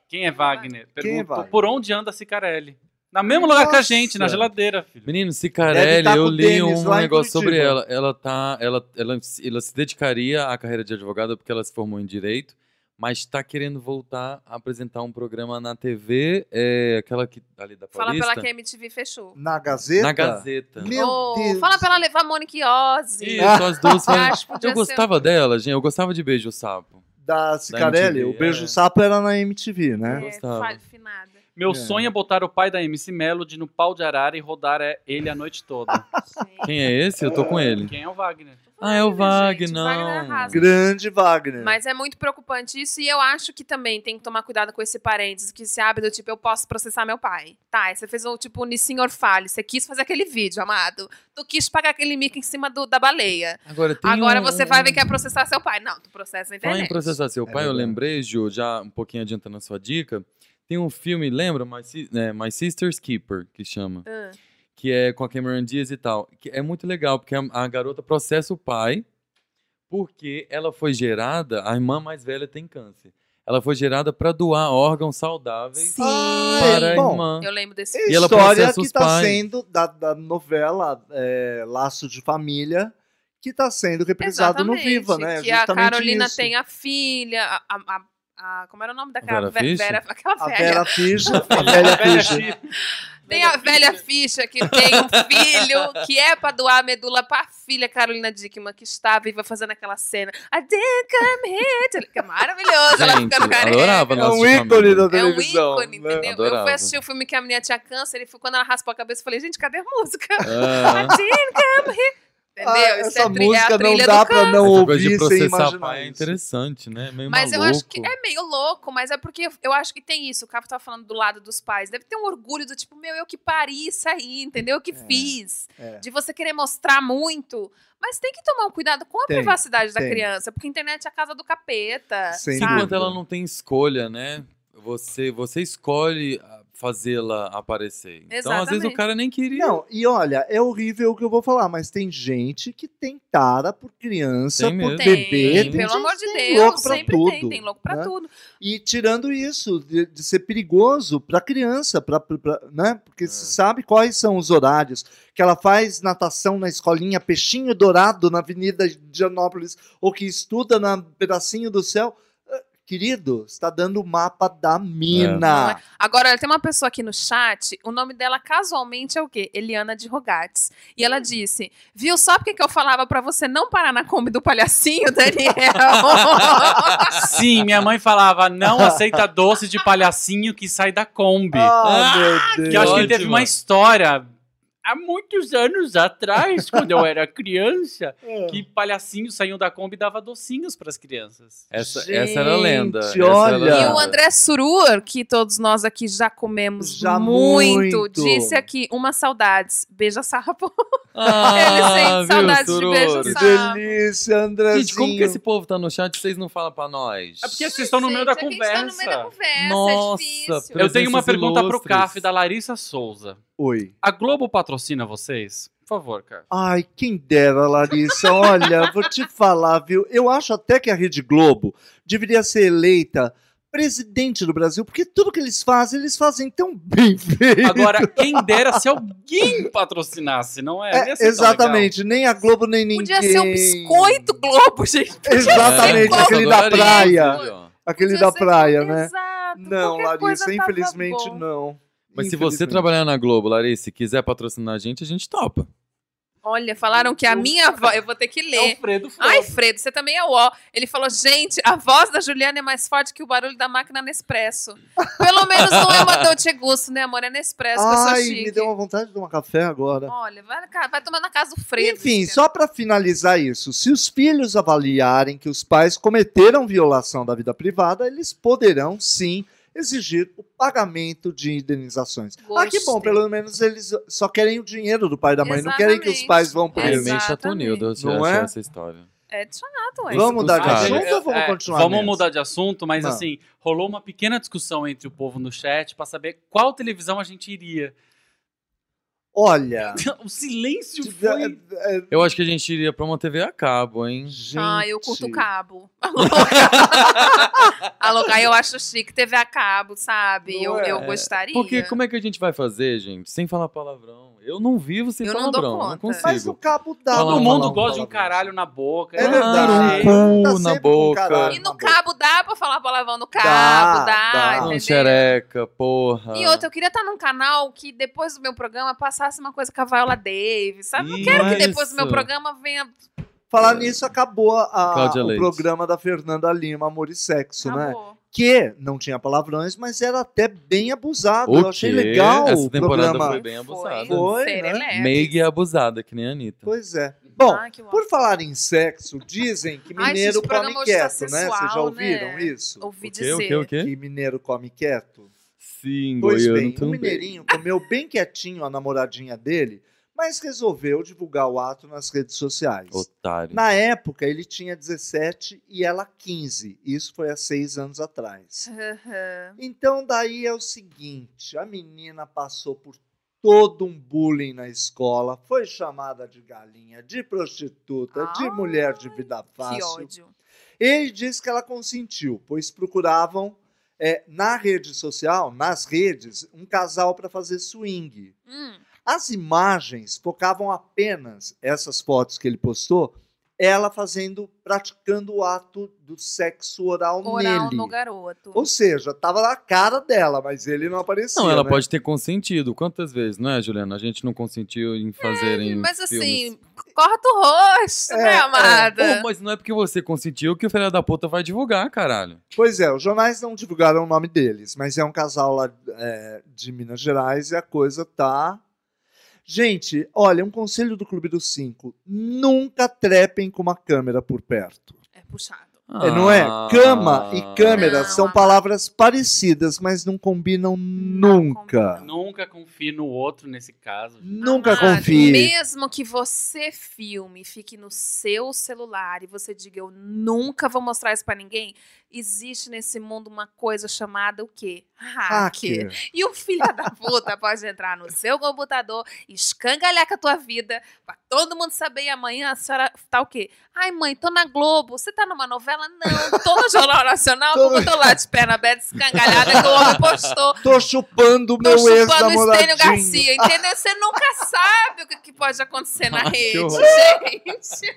A: Quem é Wagner?
C: Quem é
A: Perguntou
C: Wagner?
A: por onde anda Cicarelli. No mesmo lugar que a gente, na
C: Nossa.
A: geladeira, filho.
B: Menino,
C: Deve
B: Cicarelli,
C: tá com
B: eu
C: o
B: li
C: Denis
B: um
C: lá em
B: negócio sobre
C: Curitiba.
B: ela. Ela tá, ela, ela, se- ela se dedicaria à carreira de advogada porque ela se formou em direito, mas tá querendo voltar a apresentar um programa na TV, é, aquela que ali da
D: Fala
B: Paulista,
D: pela que a MTV fechou.
C: Na Gazeta?
B: na Gazeta.
C: Meu
D: Oh,
C: Deus.
D: Fala pra ela levar a Monique Ozzy.
B: Isso, as duas.
D: Eu
B: falam-
D: acho que podia
B: Eu
D: ser- um-
B: gostava dela, gente. Eu gostava de Beijo Sapo.
C: Da Cicarelli.
B: MTV,
C: o Beijo
B: é.
C: Sapo era na MTV, né?
D: É,
B: Gostava.
D: fale finada.
A: Meu
C: É.
A: sonho é botar o pai da MC Melody no pau de arara e rodar é- ele a noite toda.
B: Quem é esse? Eu tô com ele.
A: Quem é o Wagner?
B: Ah, é o
D: gente,
B: Wagner.
D: o Wagner arrasa.
C: Grande Wagner.
D: Mas é muito preocupante isso, e eu acho que também tem que tomar cuidado com esse parênteses que se abre do tipo, eu posso processar meu pai. Tá, aí você fez um tipo Nissin Orfale, você quis fazer aquele vídeo, amado. Tu quis pagar aquele mico em cima do- da baleia.
B: Agora, tem
D: Agora
B: um-
D: você vai ver que é processar seu pai. Não, tu processa na
B: Falar em
D: internet.
B: processar seu pai, eu
C: É verdade.
B: lembrei, Ju, já um pouquinho adiantando a sua dica. Tem um filme, lembra? My, Si- é, My Sister's Keeper, que chama.
D: Ah.
B: Que é com a Cameron Diaz e tal. Que é muito legal, porque a, a garota processa o pai porque ela foi gerada, a irmã mais velha tem câncer. Ela foi gerada pra doar órgãos saudáveis
D: Sim.
B: para a
C: Bom,
B: irmã.
D: Eu lembro desse
C: É
B: E ela
C: história
B: processa
C: que
B: os
C: está
B: pais.
C: sendo da, da novela é, Laço de Família, que está sendo reprisado no
D: Exatamente,
C: Viva, né?
D: Que a
C: Justamente
D: Carolina
C: isso.
D: tem a filha, a, a- a- a- como era o nome daquela
B: Vera Fischer?
D: aquela
C: a
D: velha.
C: Vera Fischer, a velha Fischer.
D: Tem a velha ficha que tem um filho que é pra doar a medula pra filha Carolina Dickman, que está viva fazendo aquela cena. I did come here. to-" Que é maravilhoso. ela
B: Gente,
D: ficando careca.
B: adorava
C: É um
B: Laço de
C: ícone
B: Família.
C: da
D: É um
C: televisão.
D: ícone,
C: né?
D: entendeu? Eu fui
B: Adorava.
D: assistir o filme que a menina tinha câncer e foi quando ela raspou a cabeça, eu falei, gente, cadê a música? I
B: Ah,
D: did come here. Entendeu?
C: Ah,
D: Isso
C: essa
D: é, tri- é
C: música
D: a
C: não
D: trilha
C: dá
D: do
C: pra não
B: essa coisa de
C: ouvir sem
B: processar
C: imaginar.
B: pai é
C: isso.
B: interessante, né? Meio
D: Mas
B: maluco.
D: eu acho que é meio louco, mas é porque eu- eu acho que tem isso. O Capo tava falando do lado dos pais. Deve ter um orgulho do tipo, meu, eu que pari isso aí, entendeu? Eu que fiz.
C: é.
D: De você querer mostrar muito. Mas tem que tomar um cuidado com a
C: Tem,
D: privacidade da
C: tem.
D: criança, porque a internet é a casa do capeta.
C: Sem
D: sabe?
B: Enquanto ela não tem escolha, né? Você, você escolhe ah, fazê-la aparecer. Então, às vezes,
D: Exatamente.
B: o cara nem queria.
C: Não, e olha, é horrível o que eu vou falar, mas tem gente que tem tara por criança,
B: Tem
C: por
B: mesmo.
D: Tem,
C: bebê. tem
D: pelo
C: gente
D: amor
C: que
D: de
C: tem
D: Deus,
C: louco pra
D: sempre tem,
C: tudo,
D: tem louco pra
C: né?
D: tudo.
C: E tirando isso, de, de ser perigoso para criança, pra, pra- pra- né? Porque
B: É.
C: se sabe quais são os horários que ela faz natação na escolinha Peixinho Dourado, na Avenida de Anópolis, ou que estuda na Pedacinho do Céu. Ah, Querido, está dando o mapa
B: É.
C: da
D: Não
C: mina.
D: é? Agora, olha, tem uma pessoa aqui no chat, o nome dela casualmente é o quê? Eliana de Rogatis. E
C: Hum.
D: ela disse: Viu só porque que eu falava pra você não parar na Kombi do palhacinho, Daniel?
A: Sim, minha mãe falava, não aceita doce de palhacinho que sai da Kombi.
C: Ah, meu Deus.
A: que eu acho que
B: ótimo.
A: teve uma história há muitos anos atrás, quando eu era criança, que palhacinho saiu da Kombi e dava docinhos pras crianças.
B: Essa, essa era a lenda. essa
C: Gente,
B: era a
C: olha.
D: e
B: lenda.
D: o André Surur, que todos nós aqui já comemos
C: Já
D: muito,
C: muito.
D: disse aqui: uma saudades. Beija sarrapo.
B: Ah, viu,
D: Ele sente saudades de
B: Sororo?
D: beijos
C: Que
D: Sabe.
C: delícia, Andrezinho.
B: Gente, como que esse povo tá no chat e vocês não falam pra nós?
A: É porque vocês estão no meio da
D: tá
A: conversa.
D: conversa. é
B: Nossa, pelo-
A: Eu tenho uma
B: Presenças
A: pergunta pro
B: ilustres.
A: CAF da Larissa Souza.
C: Oi.
A: A Globo patrocina vocês? Por favor, cara.
C: Ai, quem dera, Larissa. Olha, vou te falar, viu? Eu acho até que a Rede Globo deveria ser eleita presidente do Brasil, porque tudo que eles fazem, eles fazem tão bem feito.
A: Agora, quem dera se alguém patrocinasse, não é? Não ia
C: É,
A: ser tão
C: exatamente, nem a Globo, nem ninguém.
D: Podia ser um biscoito Globo, gente.
C: Exatamente,
D: Sem
C: aquele da
B: Globo.
C: praia.
B: Adorei.
C: Aquele
D: Podia
C: da
D: ser
C: praia,
D: qualquer-
C: né?
D: Exato,
C: Não,
D: qualquer
C: Larissa,
D: coisa tava
C: infelizmente
D: bom.
C: não.
B: Mas se você
C: Infelizmente.
B: trabalhar na Globo, Larissa, e quiser patrocinar a gente, a gente topa.
D: Olha, falaram que a minha voz. Eu vou ter que
A: legal.
D: ler.
A: Alfredo É Fredo.
D: Ai, Fredo, você também é o ó. Ele falou, gente, a voz da Juliana é mais forte que o barulho da máquina Nespresso. Pelo menos não é uma Dolce Gusto, né, amor? É Nespresso, pessoa
C: Ai,
D: chique.
C: me deu um uma vontade de tomar café agora.
D: Olha, vai, cara, vai tomar na casa do Fredo.
C: Enfim,
D: gente.
C: só para finalizar isso, se os filhos avaliarem que os pais cometeram violação da vida privada, eles poderão sim exigir o pagamento de indenizações. Ah, que bom,
D: Gostei.
C: pelo menos eles só querem o dinheiro do pai e da mãe, não querem que os
D: Exatamente.
C: pais vão
B: É
C: preso.
B: meio
D: Exatamente.
B: chatonildo eu
C: Não
B: achar
C: é?
B: essa história.
D: É chato, ué.
C: Vamos mudar de
B: Tá, Cara,
C: assunto ou vamos
A: é,
C: continuar?
A: Vamos
C: nessa?
A: mudar de assunto, mas
C: Vamos.
A: assim, rolou uma pequena discussão entre o povo no chat pra saber qual televisão a gente iria.
C: Olha. é,
A: O silêncio foi.
B: Eu acho que a gente iria pra uma TV a cabo, hein?
C: Gente,
D: Ah, eu curto o cabo. a local eu acho chique, TV a cabo, sabe? Eu,
C: Não é?
D: eu gostaria.
B: Porque como é que a gente vai fazer, gente, sem falar palavrão? Eu não vivo sem
D: Eu não dou
B: palavrão, não,
D: conta.
B: consigo.
C: Mas o cabo
B: Todo
C: dá. pra
A: Todo
B: Não,
A: mundo
C: falar um
A: gosta de um
C: palavrão.
A: caralho Ah, um na boca.
C: É
A: eu não
C: verdade.
A: sei.
B: cu
C: Tá
B: na
C: sempre com
B: boca.
C: caralho
D: E
C: na
D: no
C: boca.
D: cabo dá pra falar palavrão no cabo,
C: Dá,
D: dá,
C: dá.
B: Não, é
D: entendeu?
B: xereca, porra.
D: E outra, eu queria estar num canal que depois do meu programa passasse uma coisa com a Viola Davis, sabe? Não
B: Isso.
D: quero que depois do meu programa venha.
C: Falar nisso, acabou a-
B: É. Cláudia
C: o
B: Leite.
D: tá
C: programa da Fernanda Lima, Amor e Sexo, né?
D: Acabou.
C: que não tinha palavrões, mas era até bem abusado.
B: O
C: Eu achei
B: quê?
C: legal
B: Essa
C: o
B: temporada
C: programa.
B: foi bem abusada.
C: Foi, né?
D: Serelepe.
B: Meiga e abusada, que nem a Anitta.
C: Pois é. Bom,
D: Ai, Ah, que
C: por falar em sexo, dizem que
D: Ai, gente,
C: mineiro
D: esse programa
C: come
D: hoje tá
C: quieto, né? Vocês já
D: sensual,
C: ouviram
D: né?
C: isso?
D: Ouvi
B: O quê?
D: dizer.
B: O quê? O quê?
C: Que mineiro come quieto?
B: Sim,
C: Pois
B: goiano
C: bem, o
B: também.
C: mineirinho comeu bem quietinho a namoradinha dele, mas resolveu divulgar o ato nas redes sociais.
B: Otário.
C: Na época, ele tinha 17 e ela 15. Isso foi há seis anos atrás.
D: Aham.
C: Então, daí é o seguinte: a menina passou por todo um bullying na escola, foi chamada de galinha, de prostituta, de
D: Ai,
C: mulher de vida
D: Que
C: fácil.
D: ódio.
C: Ele disse que ela consentiu, pois procuravam é, na rede social, nas redes, um casal para fazer swing.
D: Hum,
C: As imagens focavam apenas essas fotos que ele postou, ela fazendo, praticando o ato do sexo oral,
D: oral
C: nele.
D: no garoto.
C: Ou seja, tava na cara dela, mas ele não aparecia.
B: Não, ela
C: né?
B: pode ter consentido. Quantas vezes, não é, Juliana? A gente não consentiu em fazerem.
D: É, Mas
B: filmes.
D: assim, corta o rosto,
C: É,
D: né,
C: é.
D: amada?
B: Pô, mas não é porque você consentiu que o filho da puta vai divulgar, caralho.
C: Pois é, os jornais não divulgaram o nome deles, mas é um casal lá é, de Minas Gerais e a coisa tá. Gente, olha, um conselho do Clube dos Cinco: nunca trepem com uma câmera por perto.
D: É puxado.
C: É, não é?
B: Ah.
C: Cama e câmera
D: Não,
C: são
D: amor.
C: palavras parecidas, mas não combinam nunca.
A: Nunca confie no outro nesse caso. gente.
C: Nunca
D: Amado,
C: confie.
D: Ah, Mesmo que você filme, fique no seu celular e você diga eu nunca vou mostrar isso pra ninguém, existe nesse mundo uma coisa chamada o quê? Hacker.
C: Hacker.
D: E o filho da puta pode entrar no seu computador, escangalhar com a tua vida, pra todo mundo saber. E amanhã a senhora tá o quê? Ai, mãe, tô na Globo. Você tá numa novela? Não. Tô no Jornal Nacional,
C: Tô no-
D: porque eu tô lá de perna aberta, escangalhada, que o homem postou.
C: Tô chupando o
D: Tô
C: meu ex
D: chupando o
C: namoradinho.
D: Estênio Garcia, entendeu? Você nunca sabe o que, que pode acontecer na
B: Ah, que
D: rede,
B: horror.
D: gente.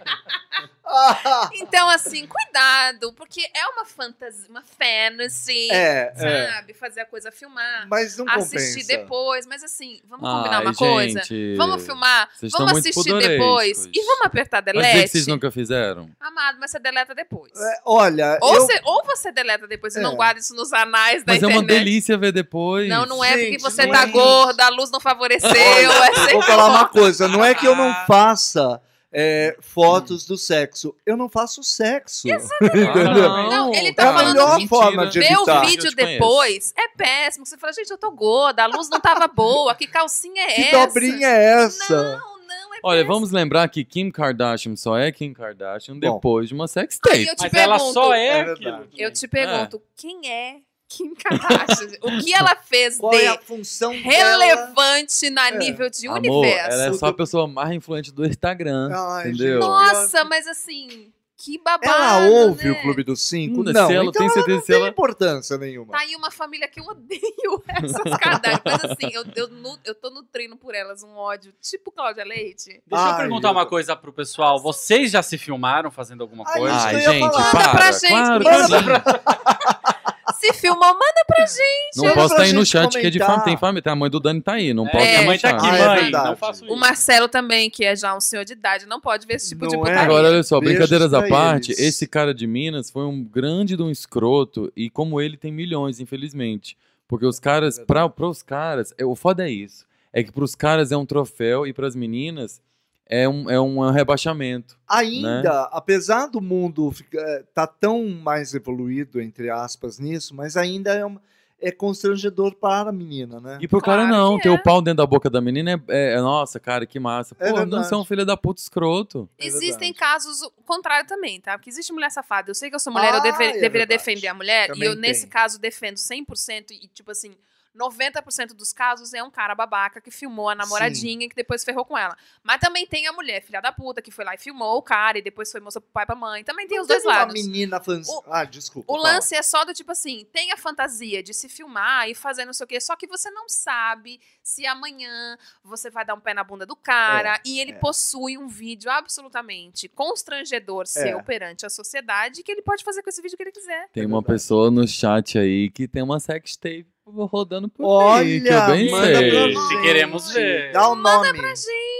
C: Ah,
D: Então, assim, cuidado, porque é uma fantasia, uma fantasy,
C: é, é.
D: sabe? Fazer a coisa filmar
C: Mas não
D: assistir
C: compensa.
D: depois, mas assim, vamos
B: Ai,
D: combinar uma
B: gente,
D: coisa? Vamos filmar,
B: vocês estão
D: vamos
B: muito
D: assistir
B: pudorês,
D: depois
B: pois.
D: e vamos apertar
B: Mas é que
D: delete.
B: vocês nunca fizeram?
D: Amado, mas você deleta depois.
C: É, olha,
D: ou,
C: eu...
D: você, ou você deleta depois e
C: É.
D: não guarda isso nos anais da
B: Mas é
D: internet.
B: uma delícia ver depois.
D: Não, não é
C: Gente,
D: porque você
C: não
D: tá
C: é isso.
D: gordo, a luz não favoreceu. é sempre
C: Vou falar
D: bom.
C: uma coisa, não é que eu
D: Ah.
C: não faça é, fotos
D: Hum.
C: do sexo. Eu não faço sexo.
B: Ah,
D: Não, ele tá
C: é a
D: falando
C: melhor
D: que
C: forma de
D: Ver
C: evitar.
D: o
B: Eu
D: vídeo
B: te conheço.
D: depois é péssimo. Você fala, gente, eu tô gorda, a luz não tava boa, que calcinha é
C: que
D: essa?
C: dobrinha é essa?
D: Não, não, é
B: Olha,
D: péssimo.
B: vamos lembrar que Kim Kardashian só é Kim Kardashian
C: Bom.
B: depois de uma sex
D: Aí
B: tape.
D: eu te
A: Mas
D: pergunto,
A: ela só é,
C: É
A: aquilo.
C: verdade.
A: também.
D: Eu te pergunto,
B: Ah.
D: quem é Kim Kardashian? o que ela fez
C: Qual
D: de
C: é a função dela?
D: relevante na
C: É.
D: nível de
B: Amor,
D: universo?
B: ela é só a pessoa mais influente do Instagram.
C: Ai,
B: Entendeu?
C: Ah, gente,
D: Nossa, mas assim, que babado,
C: Ela ouve
D: né?
C: o Clube dos Cinco?
B: Não,
C: Não,
B: Hum, se ela-
C: então
B: tenho
C: ela
B: certeza
C: não
B: que
C: tem
B: ela-
C: importância nenhuma.
D: Tá aí uma família que eu odeio essas Kardashian. Mas assim, eu, eu, nu- eu tô nutrindo por elas um ódio, tipo Cláudia Leite.
A: Deixa eu
C: Ai,
A: perguntar
C: eu-
A: uma coisa pro pessoal. Vocês já se filmaram fazendo alguma
C: Ai,
A: coisa?
C: isso é que eu
B: Ai,
C: ia
B: gente,
C: falar.
B: para.
D: Manda pra gente,
B: claro
D: manda
B: que
D: pra-
B: sim.
D: Se filmou, manda pra gente.
B: Não posso
C: Chega pra
B: estar aí no
C: gente
B: chat que é de
C: comentar.
B: família. Tem família. Tem a mãe do Dani tá aí. Não pode
A: Minha
D: É.
A: mãe tá aqui,
C: Ah, é
A: mãe.
C: verdade.
A: não faço isso.
D: O Marcelo também, que é já um senhor de idade, não pode ver esse tipo de
C: Não é?
D: putaria.
B: Agora, olha só,
C: Beijos
B: brincadeiras à
C: pra
B: parte,
C: eles.
B: esse cara de Minas foi um grande de um escroto e como ele tem milhões, infelizmente. Porque
C: É,
B: os caras, pra, pros caras, é, o foda é isso. É que pros caras é um troféu e pras meninas é um, é um rebaixamento.
C: Ainda,
B: Né?
C: apesar do mundo estar tá tão mais evoluído, entre aspas, nisso, mas ainda é, uma- é constrangedor para a menina, né?
B: E pro
D: Claro
B: cara não,
D: que
B: ter
D: é.
B: o pau dentro da boca da menina é, é- é, nossa, cara, que massa. Pô,
C: É
B: não
C: verdade.
B: são filha da puta escroto.
C: É
D: Existem
C: verdade.
D: casos o contrário também, tá? Porque existe mulher safada. Eu sei que eu sou mulher, eu
C: Ah,
D: deve-
C: é
D: deveria
C: verdade.
D: defender a mulher.
C: Também
D: e eu, nesse
C: tem.
D: caso, defendo 100%. E, tipo assim, 90% dos casos é um cara babaca que filmou a namoradinha e que depois ferrou com ela. Mas também tem a mulher, filha da puta, que foi lá e filmou o cara e depois foi moça pro pai e pra mãe. Também tem os dois
C: Teve uma
D: lados.
C: menina fãs...
D: O-
C: Ah, desculpa.
D: O
C: fala.
D: lance é só do tipo assim, tem a fantasia de se filmar e fazer não sei o quê, só que você não sabe se amanhã você vai dar um pé na bunda do cara e ele
C: é.
D: possui um vídeo absolutamente
C: É.
D: constrangedor seu perante a sociedade que ele pode fazer com esse vídeo o que ele quiser.
B: Tem
C: É
B: uma
C: verdade.
B: pessoa no chat aí que tem uma sex tape rodando por aí, que eu
C: Olha,
B: bem
C: manda
B: sei.
C: pra
A: Se
C: gente.
A: queremos ver.
C: Dá o nome.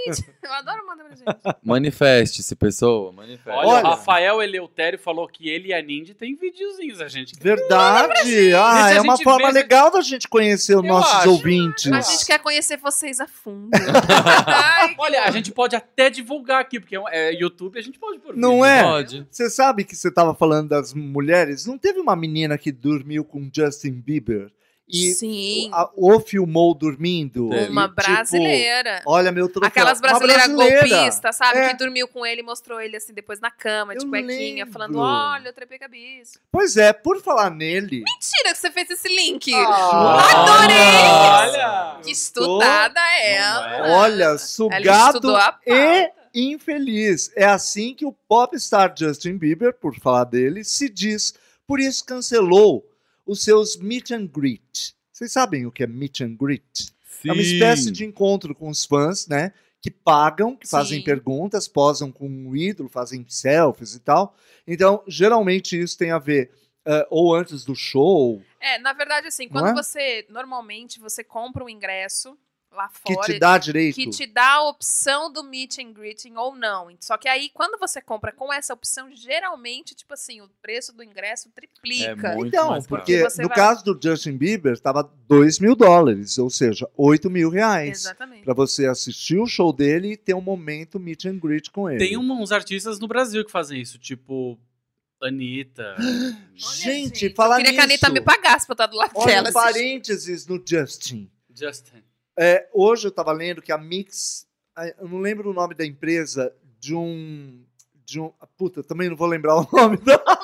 D: Gente, eu adoro mandar Ai, gente.
B: Manifeste-se, pessoa. Manifeste.
A: Olha,
C: Olha.
A: o Rafael Eleutério falou que ele é e a Nindy têm videozinhos, a gente.
C: Verdade! Ah,
A: Gente, a
C: é uma
A: gente
C: forma
A: vê-
C: legal da gente conhecer os
A: Eu
C: nossos
A: acho.
C: ouvintes.
D: A gente quer conhecer vocês a fundo. Ai,
A: Olha, a gente pode até divulgar aqui, porque é YouTube, a gente pode por
C: Não
A: vídeo.
C: é?
B: Pode.
C: Você sabe que você estava falando das mulheres? Não teve uma menina que dormiu com Justin Bieber e
D: Sim,
C: a- o filmou dormindo?
B: Teve.
D: uma
C: E, tipo,
D: brasileira.
C: Olha meu troféu.
D: Aquelas
C: Uma
D: brasileiras
C: brasileira.
D: golpistas, sabe?
C: É.
D: Que dormiu com ele e mostrou ele assim depois na cama, de
C: Eu
D: cuequinha, falando:
C: lembro.
D: olha, eu trepei cabeça.
C: Pois é, por falar nele.
D: Mentira que você fez esse link!
A: Adorei! Olha!
D: que estudada ela!
C: Olha,
D: ela
C: sugado
D: estudou a
C: e
D: pauta.
C: infeliz. É assim que o popstar Justin Bieber, por falar dele, se diz. Por isso cancelou os seus meet and greet. Vocês sabem o que é meet and greet? É uma
B: Sim.
C: espécie de encontro com os fãs, né? Que pagam, que fazem
D: Sim.
C: perguntas, posam com um ídolo, fazem selfies e tal. Então, geralmente isso tem a ver eh, ou antes do show,
D: É, na verdade, assim,
C: Não
D: quando
C: é?
D: você. Normalmente você compra um ingresso lá
C: que
D: fora.
C: te dá direito.
D: que te dá a opção do meet and greeting ou não. Só que aí, quando você compra com essa opção, geralmente, tipo assim, o preço do ingresso triplica.
B: É muito
C: Então,
B: mais
C: porque
D: barato.
C: no
D: Você vai-
C: caso do Justin Bieber, estava 2 mil dólares, ou seja, 8 mil reais.
D: Exatamente.
C: Pra você assistir o show dele e ter um momento meet and greet com ele.
A: Tem um- uns artistas no Brasil que fazem isso, tipo Anitta.
C: Gente,
D: gente, eu
C: falar
D: queria que a Anitta
C: nisso.
D: me pagasse pra eu estar do lado
C: Olha,
D: dela.
C: um
D: assim.
C: parênteses no Justin.
A: Justin.
C: É, hoje eu estava lendo que a Mix, a- eu não lembro o nome da empresa, de um. De um puta, também não vou lembrar o nome da.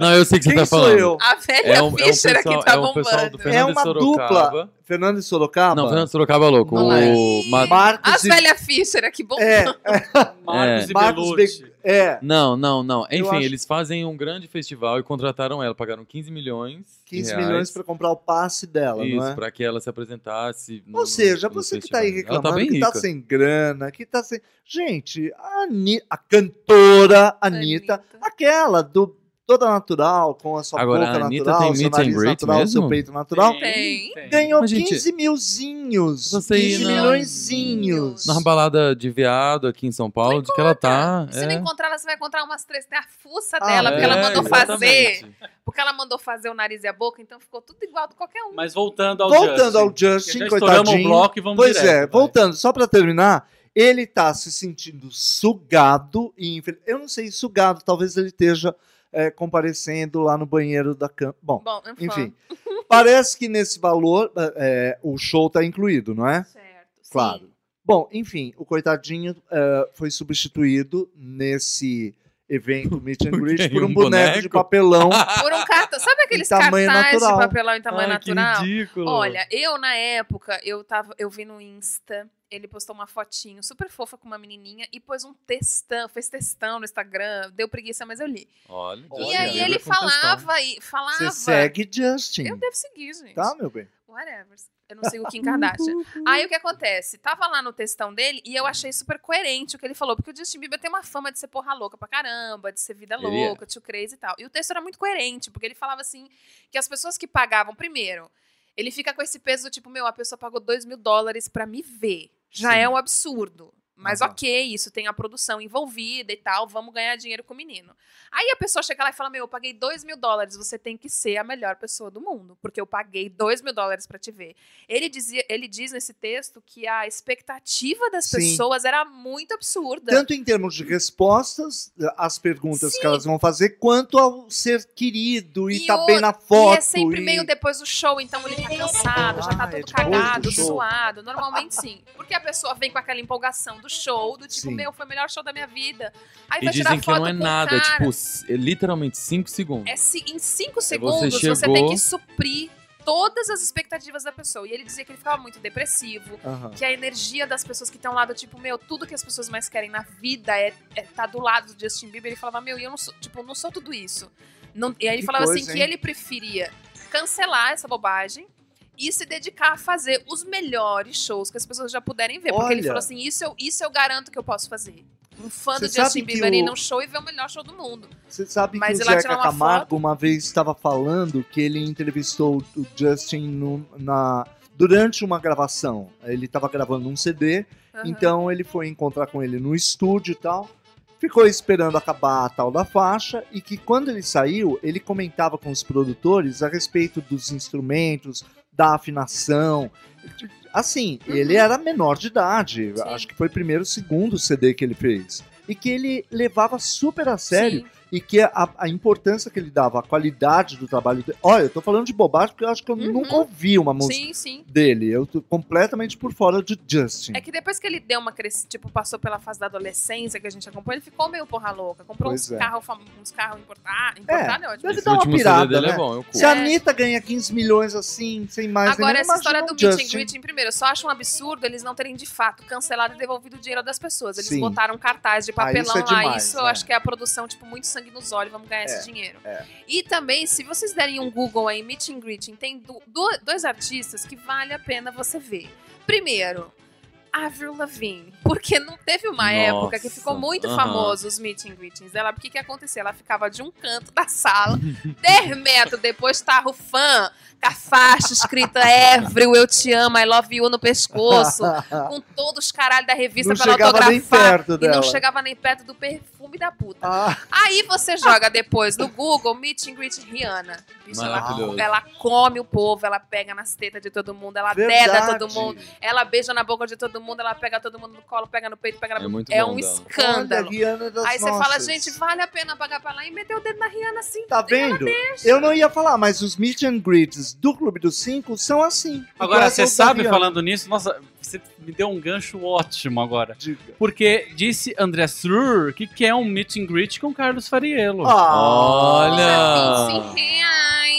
B: Não, eu sei o que
C: Quem
B: você tá
C: sou
B: falando.
C: eu?
D: A velha
B: É um, é um
D: Fischer
B: pessoal,
D: aqui tá
B: é um pessoal do
D: bombando.
B: Fernando
C: É uma
B: Sorocaba.
C: dupla. Fernando e Sorocaba?
B: Não, Fernando Sorocaba é louco.
D: Não
B: O
D: é.
B: Ma-
C: Marcos.
D: As
C: e-
D: velha Fischer aqui bombando.
C: É,
A: Marcos e
C: Marcos
A: Belucci.
C: é.
B: Não, não, não. Enfim,
C: acho-
B: eles fazem um grande festival e contrataram ela. Pagaram 15 milhões. de
C: 15
B: reais.
C: milhões para comprar o passe dela,
B: Isso,
C: não é?
B: pra que ela se apresentasse. no-
C: Ou seja,
B: no
C: você que tá
B: festival.
C: aí
B: Ela
C: reclamando
B: tá bem
C: que tá
B: rica.
C: sem grana, que tá sem. Gente, a, Ani- a cantora Anitta,
D: Anitta.
C: aquela do toda natural, com a sua
B: Agora,
C: boca
B: a Anitta
C: natural,
B: tem
C: seu
B: meet and
C: nariz
B: greet
C: natural, seu
B: mesmo?
C: peito natural,
D: Tem.
A: É.
C: ganhou
B: Mas, gente,
C: 15 milzinhos.
B: se você ir
C: 15
B: na-
C: milhõezinhos.
B: Na balada de veado aqui em São Paulo, de que ela tá.
D: Se
B: é.
D: não encontrar ela, você vai encontrar umas três. Tem a fuça
C: Ah,
D: dela, porque ela
B: É,
D: mandou fazer.
B: exatamente.
D: Porque ela mandou fazer o nariz e a boca, então ficou tudo igual de qualquer um.
A: Mas voltando ao
C: Voltando
A: Justin.
C: ao
A: porque
C: Justin,
A: já estouramos o
C: coitadinho.
A: bloco e vamos
C: pois
A: direto.
C: é,
A: vai.
C: voltando, só pra terminar, ele tá se sentindo sugado e infeliz. Eu não sei, sugado, talvez ele esteja é, comparecendo lá no banheiro da cama. Bom,
D: Bom,
C: enfim. Parece que nesse valor é, é, o show tá incluído, não é?
D: Certo. sim.
C: Claro. Bom, enfim, o coitadinho é, foi substituído nesse evento Meet and
B: Por
C: Greet
B: quem?
C: por um,
B: Um
C: boneco, de
B: boneco?
C: papelão.
D: Por
B: Ah,
D: um cartão. Sabe aqueles
C: tamanho
D: cartazes
C: natural.
D: de papelão em tamanho
B: Ai, que
D: natural?
B: ridículo.
D: Olha, eu na época, eu tava, eu vi no Insta, ele postou uma fotinho super fofa com uma menininha e pôs um textão, fez textão no Instagram, deu preguiça, mas eu li.
B: Olha,
D: e
B: Justin
D: aí
B: Bieber
D: ele
B: com questão.
D: falava e falava.
C: Você segue Justin,
D: Eu devo seguir, gente.
C: tá, meu bem?
D: Whatever. Eu não sigo o Kim Kardashian. Aí o que acontece? Tava lá no textão dele e eu achei super coerente o que ele falou, porque o Justin Bieber tem uma fama de ser porra louca pra caramba, de ser vida
B: Ele
C: é.
D: louca, tio crazy e tal. E o texto era muito coerente, porque ele falava assim que as pessoas que pagavam, primeiro, ele fica com esse peso do tipo, meu, a pessoa pagou 2 mil dólares pra me ver. Já
C: Sim.
D: é um absurdo. Mas
C: Aham.
D: ok, isso tem a produção envolvida e tal, vamos ganhar dinheiro com o menino. Aí a pessoa chega lá e fala: Meu, eu paguei 2 mil dólares, você tem que ser a melhor pessoa do mundo, porque eu paguei 2 mil dólares pra te ver. Ele, dizia, ele diz nesse texto que a expectativa das
C: Sim.
D: pessoas era muito absurda.
C: Tanto em termos de respostas às perguntas que elas vão fazer, quanto ao ser querido e,
D: E
C: tá
D: o-
C: bem na foto.
D: e é sempre
C: e-
D: meio depois do show, então ele tá cansado, já tá
C: Ah,
D: todo
C: é depois
D: cagado,
C: do show.
D: suado. Normalmente sim. Porque a pessoa vem com aquela empolgação do show, do tipo,
C: Sim.
D: meu, foi o melhor show da minha vida. Aí
B: E
D: vai tirar
B: dizem que
D: foto
B: não é
D: com o
B: nada, é
D: cara.
B: tipo, s- é literalmente 5 segundos.
D: É se- em cinco segundos você,
B: chegou-
D: tem que suprir todas as expectativas da pessoa. E ele dizia que ele ficava muito depressivo,
C: Aham.
D: que a energia das pessoas que estão lá, do tipo, meu, tudo que as pessoas mais querem na vida é, é tá do lado do Justin Bieber. Ele falava, meu, e eu não sou, tipo, eu não sou tudo isso. Não- e aí ele
C: Que
D: falava assim
C: coisa,
D: que
C: hein?
D: ele preferia cancelar essa bobagem e se dedicar a fazer os melhores shows que as pessoas já puderem ver. Porque ele
C: Olha.
D: falou assim, isso eu, isso eu garanto que eu posso fazer. Um fã
C: Você
D: do
C: sabe
D: Justin
C: que
D: Bieber ir
C: o-
D: num show e ver o melhor show do mundo.
C: Você sabe
D: Mas
C: que
D: ir
C: o
D: lá
C: Zeca
D: tirar uma
C: Camargo uma vez estava falando que ele entrevistou o Justin no- na durante uma gravação. Ele estava gravando um CD,
D: Aham.
C: então ele foi encontrar com ele no estúdio e tal. Ficou esperando acabar a tal da faixa e que quando ele saiu, ele comentava com os produtores a respeito dos instrumentos, da afinação. Assim, ele era menor de idade,
D: Uhum. Sim.
C: acho que foi o primeiro, segundo CD que ele fez. E que ele levava super a sério
D: Sim.
C: e que a, a importância que ele dava, a qualidade do trabalho dele. Olha, eu tô falando de bobagem porque eu acho que eu
D: Uhum.
C: nunca ouvi uma música
D: Sim, sim.
C: dele. Eu tô completamente por fora de Justin.
D: É que depois que ele deu uma crescida, tipo, passou pela fase da adolescência que a gente acompanha, ele ficou meio porra louca. Comprou
C: Pois
D: uns
C: é.
D: carros uns carro importados. Importado é, ótimo.
C: deve
B: Esse
C: dar uma
B: último
C: pirada,
B: CD dele
C: né?
B: é bom, eu curto.
C: Se a Anitta ganha 15 milhões assim, sem mais
D: Agora,
C: ninguém,
D: essa história do
C: imagina o
D: meet and
C: Justin.
D: greeting, primeiro, eu só acho um absurdo eles não terem de fato cancelado e devolvido o dinheiro das pessoas. Eles
C: Sim.
D: botaram cartaz de
C: Ah, isso
D: papelão
C: é
D: lá.
C: demais,
D: Isso eu
C: né?
D: acho que é a produção, tipo, muito sangue nos olhos, vamos ganhar esse dinheiro.
C: é.
D: E também, se vocês derem um Google aí, meet and greeting, tem du- du- dois artistas que vale a pena você ver. Primeiro. Avril Lavigne, porque não teve uma
B: Nossa,
D: época que ficou muito
B: aham.
D: famoso os meet and greetings dela, porque o que acontecia? Ela ficava de um canto da sala, 10 metros depois tava o fã com a faixa escrita Avril, eu te amo, I love you no pescoço, com todos os caralhos da revista
C: Não
D: pra ela
C: chegava
D: autografar.
C: nem perto
D: e
C: dela.
D: não chegava nem perto do perfume da puta.
C: Ah,
D: Aí você joga depois no Google Meet and Greet Rihanna. Bicho, ela,
B: Maravilhoso.
D: ela come o povo, ela pega nas tetas de todo mundo, ela deda
C: verdade.
D: todo mundo, ela beija na boca de todo mundo, ela pega todo mundo no colo, pega no peito, pega na
B: É muito
D: É
B: bom
D: um
B: dela.
C: Olha,
D: escândalo.
C: Rihanna das
D: Aí você fala,
C: nossas.
D: gente, vale a pena pagar pra lá e meter o dedo na Rihanna assim.
C: Tá vendo? Eu não ia falar, mas os meet and greets do Clube dos Cinco são assim.
A: Agora,
C: Iguais
A: você
C: aos da
A: sabe,
C: Rihanna.
A: falando nisso, nossa, você me deu um gancho ótimo agora.
C: Diga.
A: Porque disse André Sur que quer um meet and greet com Carlos
C: Ah,
A: Fariello.
B: Olha!
D: 15 reais.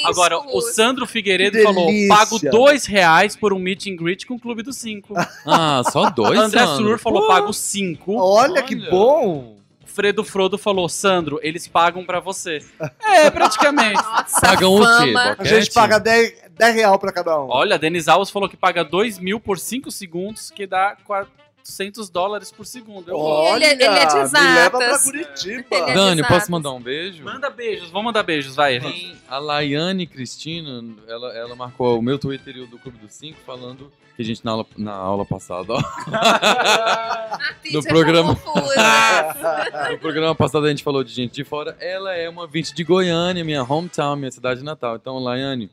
A: Agora,
D: por-
A: o Sandro Figueiredo
C: Que
A: falou:
C: delícia.
A: pago dois reais por um meet and greet com o Clube dos Cinco.
B: Ah, só dois,
A: André
B: Sandro?
A: Sur falou:
B: Pô,
A: pago cinco.
C: Olha que
B: Olha.
C: bom!
A: Fredo Frodo falou: Sandro, eles pagam pra você. É, praticamente.
D: Nossa,
B: Pagam o quê?
D: fama.
C: A
B: Tá Boquete?
C: gente paga 10, 10 real pra cada um.
A: Olha, Denis Alves falou que paga dois mil por cinco segundos, que dá 400 dólares por segundo. Eu amo.
D: Ele é- ele é de
C: Me leva pra
D: exatas.
C: Curitiba.
D: Ele é-
B: Dani,
D: Exato.
B: posso mandar um beijo?
A: Manda beijos, vamos mandar beijos, vai.
B: Tem a Laiane Cristina, ela, ela marcou o meu Twitter e o do Clube dos Cinco, falando que a gente na aula, na aula passada, ó,
D: A
B: No
D: teacher
B: programa.
D: tá confusa.
B: no programa passado a gente falou de gente de fora, ela é uma vinte de Goiânia, minha hometown, minha cidade natal. Então, Laiane,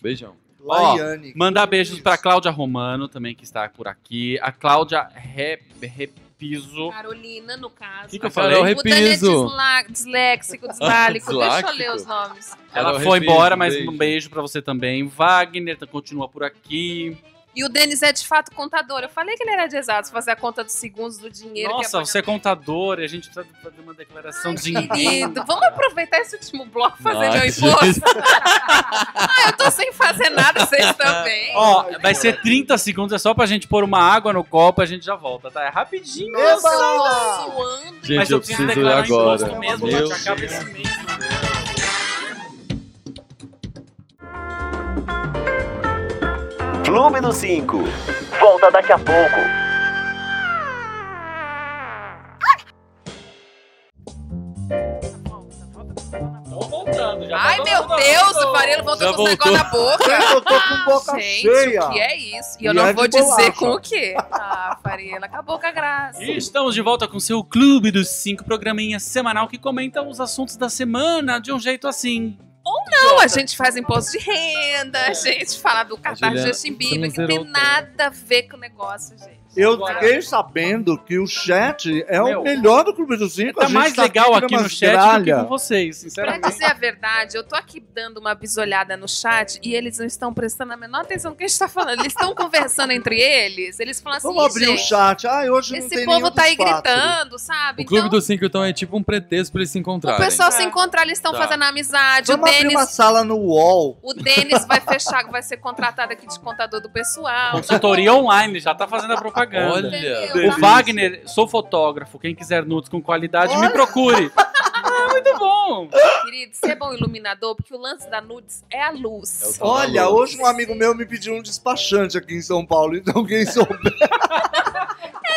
B: beijão.
C: Laiane.
A: Mandar
C: que
A: beijos
C: isso.
A: pra Cláudia Romano também, que está por aqui. A Cláudia Re- Repiso.
D: Carolina, no caso.
A: Que que eu
B: A Carol
A: falei?
D: O Dani é
B: Repiso.
D: disla- disléxico, desválico. Deixa eu
B: Disláxico?
D: ler os nomes.
A: Ela
B: Carol
A: foi
B: Repiso,
A: embora, mas
B: beijo.
A: um beijo pra você também. Wagner tá- continua por aqui.
D: E o Denis é de fato contador. Eu falei que ele era de exatos, fazer a conta dos segundos do dinheiro. que
A: Nossa,
D: ia pagar.
A: você é contador e a gente precisa fazer uma declaração de dinheiro.
D: Querido, vamos aproveitar esse último bloco e fazer
B: Ai,
D: meu
B: Jesus.
D: imposto? ah, eu tô sem fazer nada, vocês também.
A: Ó, vai ser 30 segundos, é só pra gente pôr uma água no copo a gente já volta, tá? É rapidinho.
D: Nossa, eu tô
C: Eba!
A: um
D: suando.
B: Gente,
A: mas
B: eu
A: eu preciso
B: preciso ir
A: declarar
B: agora.
A: imposto mesmo,
B: Meu
A: gente, acaba esse mês. né?
E: Clube dos Cinco. Volta daqui a pouco.
A: Tô voltando, já
D: Ai,
A: voltou,
D: meu
A: voltou,
D: Deus,
A: voltou.
D: o Farelo voltou
B: Já
D: com os negócios na boca.
C: Eu tô com boca
D: Ah, Gente,
C: cheia.
D: o que é isso? E
C: E
D: eu não
C: é de
D: vou dizer
C: bolacha.
D: com o quê. Ah, Farelo, acabou com a graça.
A: E estamos de volta com seu Clube dos Cinco, programinha semanal que comenta os assuntos da semana de um jeito assim.
D: Não, a gente faz imposto de renda, a gente fala do cartaz de
B: Juliana,
D: Justin
B: você não
D: Bieber, que não tem
B: zerou, cara.
D: nada a ver com o negócio, gente.
C: Eu
A: Agora-
C: fiquei sabendo que o chat é
A: Meu.
C: o melhor do Clube dos Cinco.
A: Tá
C: a gente
A: mais legal
C: tirando
A: aqui no
C: umas
A: chat do que
C: gralha.
A: com vocês,
D: Pra
A: sinceramente.
D: dizer a verdade, eu tô aqui dando uma bisolhada no chat e eles não estão prestando a menor atenção no que a gente tá falando. Eles estão conversando entre eles, eles falam assim,
C: Vamos abrir o
D: "Gente,
C: chat. Ah, hoje não
D: Esse
C: tem
D: povo
C: nenhum
D: tá
C: dos
D: aí
C: quatro.
D: gritando, sabe?
B: O Clube
D: então,
B: dos Cinco, então, é tipo um pretexto pra eles se
D: o
B: encontrarem.
D: pessoal se
A: É.
D: encontrar, eles estão
B: Tá.
D: fazendo amizade.
C: Vamos
D: o
C: abrir
D: Denis.
C: uma sala no UOL.
D: O Denis vai fechar, vai ser contratado aqui de contador do pessoal.
A: Consultoria online, já tá fazendo a propaganda.
B: Olha,
D: Entendeu?
A: O Wagner, sou fotógrafo. Quem quiser nudes com qualidade, me
C: Olha.
A: procure. É muito bom.
D: Querido, você é bom iluminador, porque o lance da nudes é a luz.
B: É o tal
C: Olha,
B: Alô.
C: hoje um amigo meu me pediu um despachante aqui em São Paulo. Então quem souber...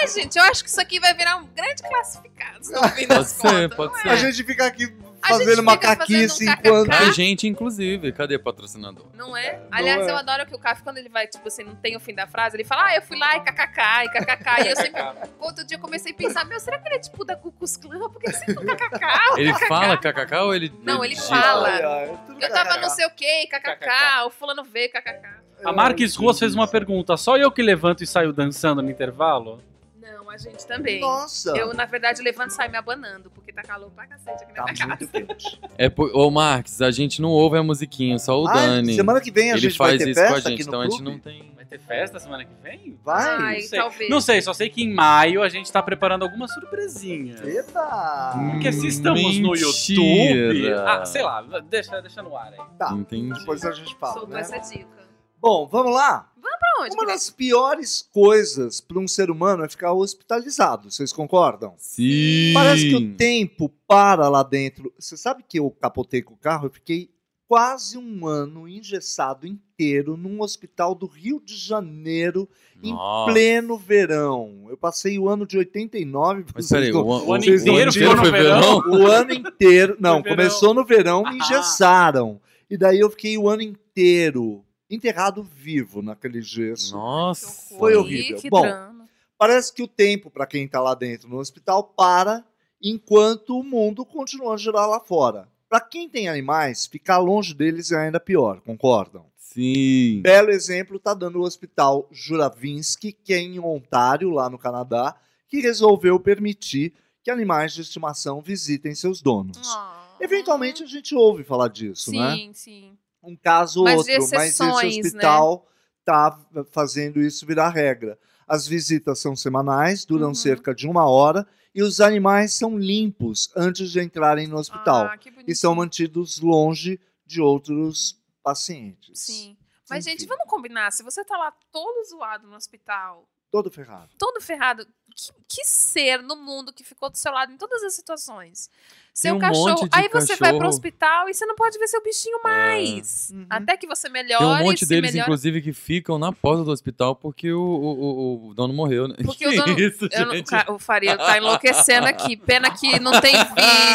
D: É, gente, eu acho que isso aqui vai virar um grande classificado. no
B: Pode
D: fim das
B: ser,
D: contas,
B: pode
D: não
B: ser.
D: é?
C: A gente fica aqui
D: A gente
C: fazendo
D: fica
C: macaquice
D: fazendo um
C: enquanto.
D: kkk.
B: Tem gente, inclusive. Cadê patrocinador?
D: Não é? Aliás,
C: é.
D: eu adoro que o Café, quando ele vai, tipo assim, não tem o fim da frase, ele fala, ah, eu fui lá e kkk, e kkk. E eu sempre, outro dia, eu comecei a pensar, meu, será que ele é tipo da Cucus Clã? Por que ele sempre um kkk?
B: Ele fala kkk ou ele.
D: Não, ele
B: digita?
D: fala.
C: Ai, ai, tudo
D: Eu tava
C: cagado.
D: não sei o quê, kkk, o fulano veio, kkk.
A: A Marques Ruas fez uma pergunta. Só eu que levanto e saio dançando no intervalo?
D: Não, a gente também.
C: Nossa!
D: Eu, na verdade, levanto e saio me abanando, porque tá calor pra cacete aqui na
C: Tá
D: minha casa.
C: muito quente.
B: É, por- ô, Marques, a gente não ouve a musiquinha, só o
C: Ai,
B: Dani.
C: Ah, Semana que vem a
B: ele
C: gente vai
B: faz
C: ter
B: isso com
C: festa
B: a gente,
C: aqui no
B: então a gente
C: clube?
B: não tem.
A: Vai ter festa semana que vem?
C: Vai!
D: Ai.
A: Não sei.
D: talvez.
A: Não sei, só sei que em maio a gente tá preparando alguma surpresinha.
C: Eita!
B: Hum.
A: Porque se estamos no
B: Mentira.
A: YouTube. Ah, sei lá, deixa, deixa no ar aí.
C: Tá,
B: Entendi.
C: depois a gente fala,
D: Soltou
C: né?
D: essa dica.
C: Bom, vamos lá?
D: Pra onde?
C: Uma das piores coisas para um ser humano é ficar hospitalizado, vocês concordam?
B: Sim.
C: Parece que o tempo para lá dentro. Você sabe que eu capotei com o carro? Eu fiquei quase um ano engessado inteiro num hospital do Rio de Janeiro, em
B: Nossa.
C: pleno verão. Eu passei o ano de 89.
B: Mas
C: vocês
B: peraí,
C: não-
B: o, an-
A: O ano
C: Vocês
A: inteiro
C: não
A: ficou
C: tiram
A: no
B: foi
A: verão?
B: verão?
C: O ano inteiro. Não,
A: No verão.
C: começou no verão, me
A: Ah.
C: engessaram. E daí eu fiquei o ano inteiro enterrado vivo naquele gesso.
B: Nossa.
C: Foi horrível.
D: um Que
C: Bom,
D: drama.
C: Parece que o tempo para quem tá lá dentro no hospital para enquanto o mundo continua a girar lá fora. Para quem tem animais, ficar longe deles é ainda pior, concordam?
B: Hum. Sim.
C: Belo exemplo tá dando o Hospital Juravinsky, que é em Ontário, lá no Canadá, que resolveu permitir que animais de estimação visitem seus donos.
D: Ah.
C: Eventualmente a gente ouve falar disso, né?
D: Sim, sim.
C: Um caso ou
D: Mas
C: outro,
D: de
C: mas esse
D: exceções, né?
C: hospital tá fazendo isso virar regra. As visitas são semanais, duram
D: Uhum.
C: cerca de uma hora e os animais são limpos antes de entrarem no hospital é
D: Ah, que bonito.
C: e são mantidos longe de outros pacientes.
D: Sim. Mas,
C: Enfim.
D: gente, vamos combinar. Se você tá lá todo zoado no hospital,
C: Todo ferrado.
D: todo ferrado, que, que ser no mundo que ficou do seu lado em todas as situações? Seu
B: um monte
D: cachorro.
B: de
D: Aí você vai pro
B: cachorro.
D: hospital e você não pode ver seu bichinho mais.
C: É. Uhum.
D: Até que você melhore,
B: Tem um monte
D: se
B: deles,
D: melhore.
B: inclusive, que ficam na porta do hospital porque o, o, o- o dono morreu, né?
D: Porque o dono-
B: Isso,
D: Eu não,
B: gente.
D: ca- o Faria tá enlouquecendo aqui. Pena que não tem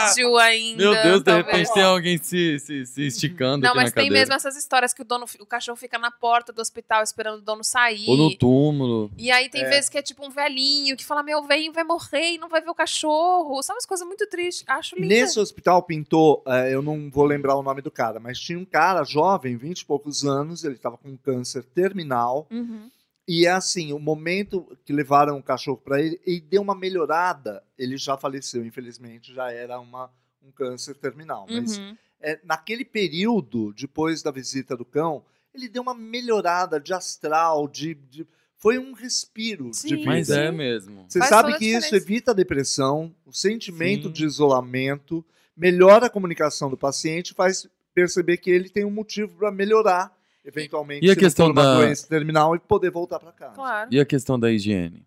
D: vídeo ainda.
B: Meu Deus, de
D: talvez.
B: repente tem alguém se, se, se esticando
D: Não,
B: aqui
D: mas
B: na
D: tem
B: cadeira.
D: mesmo essas histórias que o dono, o cachorro fica na porta do hospital esperando o dono sair.
B: Ou no túmulo.
D: E aí tem
C: É.
D: vezes que é tipo um velhinho que fala: meu velhinho vai morrer e não vai ver o cachorro. Sabe umas coisas muito tristes. Acho lindo.
C: Nesse hospital pintou, eh, eu não vou lembrar o nome do cara, mas tinha um cara jovem, 20 e poucos anos, ele estava com câncer terminal.
D: Uhum.
C: E é assim, o momento que levaram o cachorro para ele, ele deu uma melhorada. Ele já faleceu, infelizmente, já era uma, um câncer terminal. Mas
D: Uhum.
C: é, naquele período, depois da visita do cão, ele deu uma melhorada de astral, de, de- foi um respiro
D: Sim.
C: de vida.
B: Mas
D: Sim.
B: é mesmo.
C: Você
D: Faz
C: sabe
D: toda a
C: que isso
D: diferença.
C: evita a depressão, o sentimento
B: Sim.
C: de isolamento, melhora a comunicação do paciente, faz perceber que ele tem um motivo para melhorar, eventualmente,
B: E a
C: se não
B: questão
C: for uma
B: da-
C: doença terminal e poder voltar para casa.
D: Claro.
B: E a questão da higiene?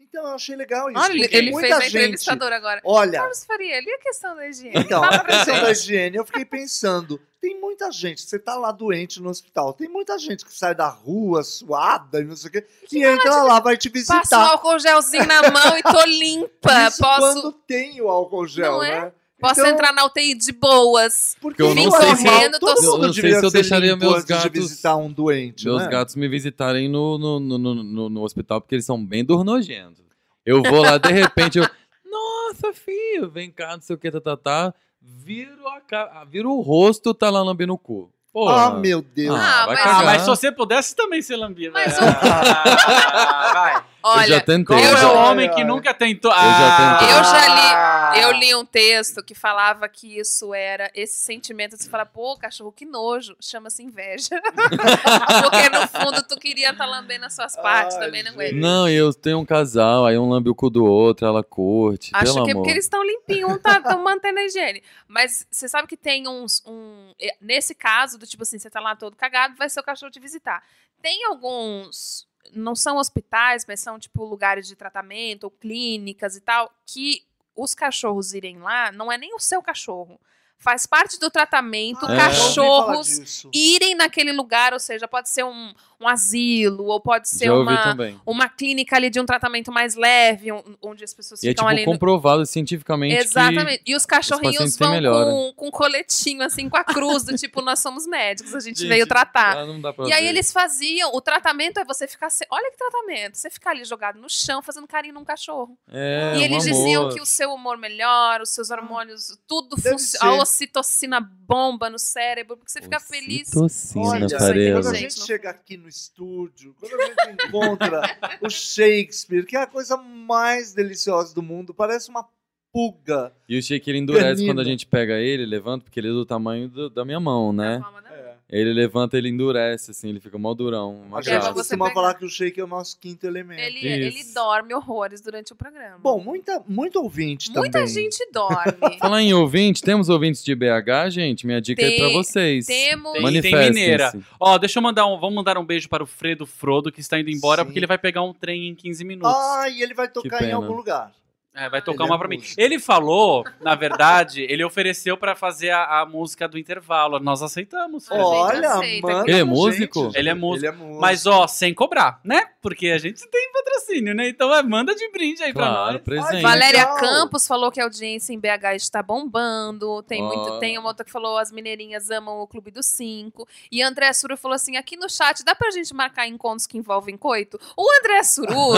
C: Então eu achei legal isso.
D: Olha, ele-
C: porque
D: ele
C: muita
D: fez a
C: gente,
D: entrevistadora agora.
C: Olha,
D: Carlos Faria, ali a questão da higiene.
C: então,
D: Fala
C: a
D: pra
C: questão
D: gente.
C: da higiene, eu fiquei pensando, tem muita gente, você tá lá doente no hospital, tem muita gente que sai da rua suada e não sei o quê, e entra lá, vai te
D: Passo um
C: visitar.
D: álcool gelzinho na mão e tô limpa.
C: tá. Isso
D: posso
C: quando tem o álcool gel,
D: Não é?
C: né?
D: posso
C: Então,
D: entrar na UTI de boas.
C: Porque
B: Eu
C: isso
B: não
C: é
B: sei
C: normal,
D: se-
C: todo
B: Eu
C: mundo
B: não sei
C: deveria
B: se eu
C: ser
B: deixaria
C: limpo
B: meus
C: antes de
B: gatos-
C: visitar um doente,
B: Meus
C: né?
B: gatos me visitarem no, no, no, no, no- no hospital porque eles são bem dornogentos. Eu vou lá, de repente, eu. Nossa, filho, vem cá, não sei o que, tá, tá, tá. Viro, a ca... ah, viro o rosto, tá lá lambendo o cu. Pô,
C: Ah, meu Deus.
D: Ah,
B: vai
D: mas-
A: Ah,
B: cagar.
A: mas se você pudesse também ser lambia.
D: Mas
A: vai. Ah, vai.
B: Eu um já
D: Olha,
B: tentei.
A: Qual
D: Eu
A: é
D: já-
A: o homem que
C: Ai, ai.
A: nunca tentou?
B: já tentei.
D: Eu
A: Ah.
D: eu li um texto que falava que isso era esse sentimento de você falar, pô, cachorro, que nojo. Chama-se inveja. Porque no fundo tu queria estar lambendo as suas partes
C: Ai,
D: também, não
C: gente.
D: aguento.
B: Não, eu tenho um casal, aí um lambe o cu do outro, ela curte.
D: Acho
B: pelo
D: que é
B: amor.
D: porque eles estão limpinhos, um tá tão mantendo a higiene. Mas você sabe que tem uns. Um, é, nesse caso, do tipo assim, você tá lá todo cagado, vai seu cachorro te visitar. Tem alguns. Não são hospitais, mas são tipo lugares de tratamento ou clínicas e tal, que os cachorros irem lá não é nem o seu cachorro. Faz parte do tratamento
B: Ah, é.
D: cachorros irem naquele lugar, ou seja, pode ser um, um asilo, ou pode ser
B: Já ouvi
D: uma,
B: também.
D: uma clínica ali de um tratamento mais leve, um- onde as pessoas
B: E é
D: ficam
B: tipo
D: ali. né? no-
B: comprovado cientificamente
D: Exatamente. E os cachorrinhos
B: pacientes têm
D: vão
B: melhora.
D: com, com um coletinho, assim, com a cruz, do tipo, nós somos médicos, a gente,
B: Gente,
D: veio
B: que
D: tratar.
B: ah, não dá pra
D: tá. E aí
B: ver.
D: eles faziam, o tratamento é você ficar. se- Olha que tratamento! Você ficar ali jogado no chão fazendo carinho num cachorro.
B: É,
D: e
B: um
D: eles diziam
B: amor.
D: que o seu humor melhora, os seus hormônios, tudo
C: Deve
D: funciona. A
C: ser.
D: ocitocina bomba no cérebro, porque você fica feliz.
B: Ocitocina,
C: Olha,
D: isso aí,
B: Farelo.
C: Quando a
D: gente,
C: gente
D: não-
C: chega aqui no estúdio, quando a gente encontra o Shakespeare, que é a coisa mais deliciosa do mundo, parece uma pulga.
B: E o shake ele endurece
C: Canino.
B: quando a gente pega ele, levanta, porque ele é do tamanho do- da minha mão, né?
D: Calma, né?
B: Ele levanta, ele endurece, assim, ele fica mal durão,
C: A
D: Mas
C: gente
D: pra
B: machucado.
D: você
C: costuma
D: pegar.
C: falar que o Shake é o nosso quinto elemento.
D: Ele, ele
B: Isso.
D: dorme horrores durante o programa.
C: Bom, muita, muito ouvinte
D: muita
C: também.
D: gente dorme.
B: Falar em ouvinte, temos ouvintes de BH, gente? Minha dica é pra
D: Tem-
B: vocês.
D: Temos.
A: Tem-
B: Manifestem-se.
A: mineira. Ó, deixa eu mandar um. Vamos mandar um beijo para o Fredo Frodo, que está indo embora,
C: Sim.
A: porque ele vai pegar um trem em 15 minutos.
C: Ai, ele vai tocar em
B: pena.
C: algum lugar.
A: É, vai
C: Ele
A: tocar
C: é
A: uma pra mim.
C: músico.
A: Ele falou, na verdade, ele ofereceu pra fazer a, a música do intervalo. Nós aceitamos. Fredo.
C: Olha,
D: aceita.
C: manda
B: Ele é
C: pra
B: músico?
C: gente.
A: Ele é músico.
C: Ele é músico.
A: Mas, ó, sem cobrar, né? Porque a gente tem patrocínio, né? Então, é, manda de brinde aí pra
B: Claro,
A: nós.
B: presente.
D: Valéria
C: Legal.
D: Campos falou que a audiência em BH está bombando. Tem,
B: Ó.
D: muito, tem uma outra que falou as mineirinhas amam o Clube dos Cinco. E André Surur falou assim: aqui no chat dá pra gente marcar encontros que envolvem coito? O André Surur,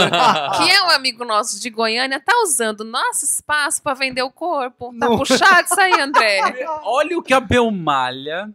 D: que é um amigo nosso de Goiânia, tá usando nosso espaço pra vender o corpo. Tá
C: Não.
D: puxado isso aí, André.
A: Olha o que a Belmalha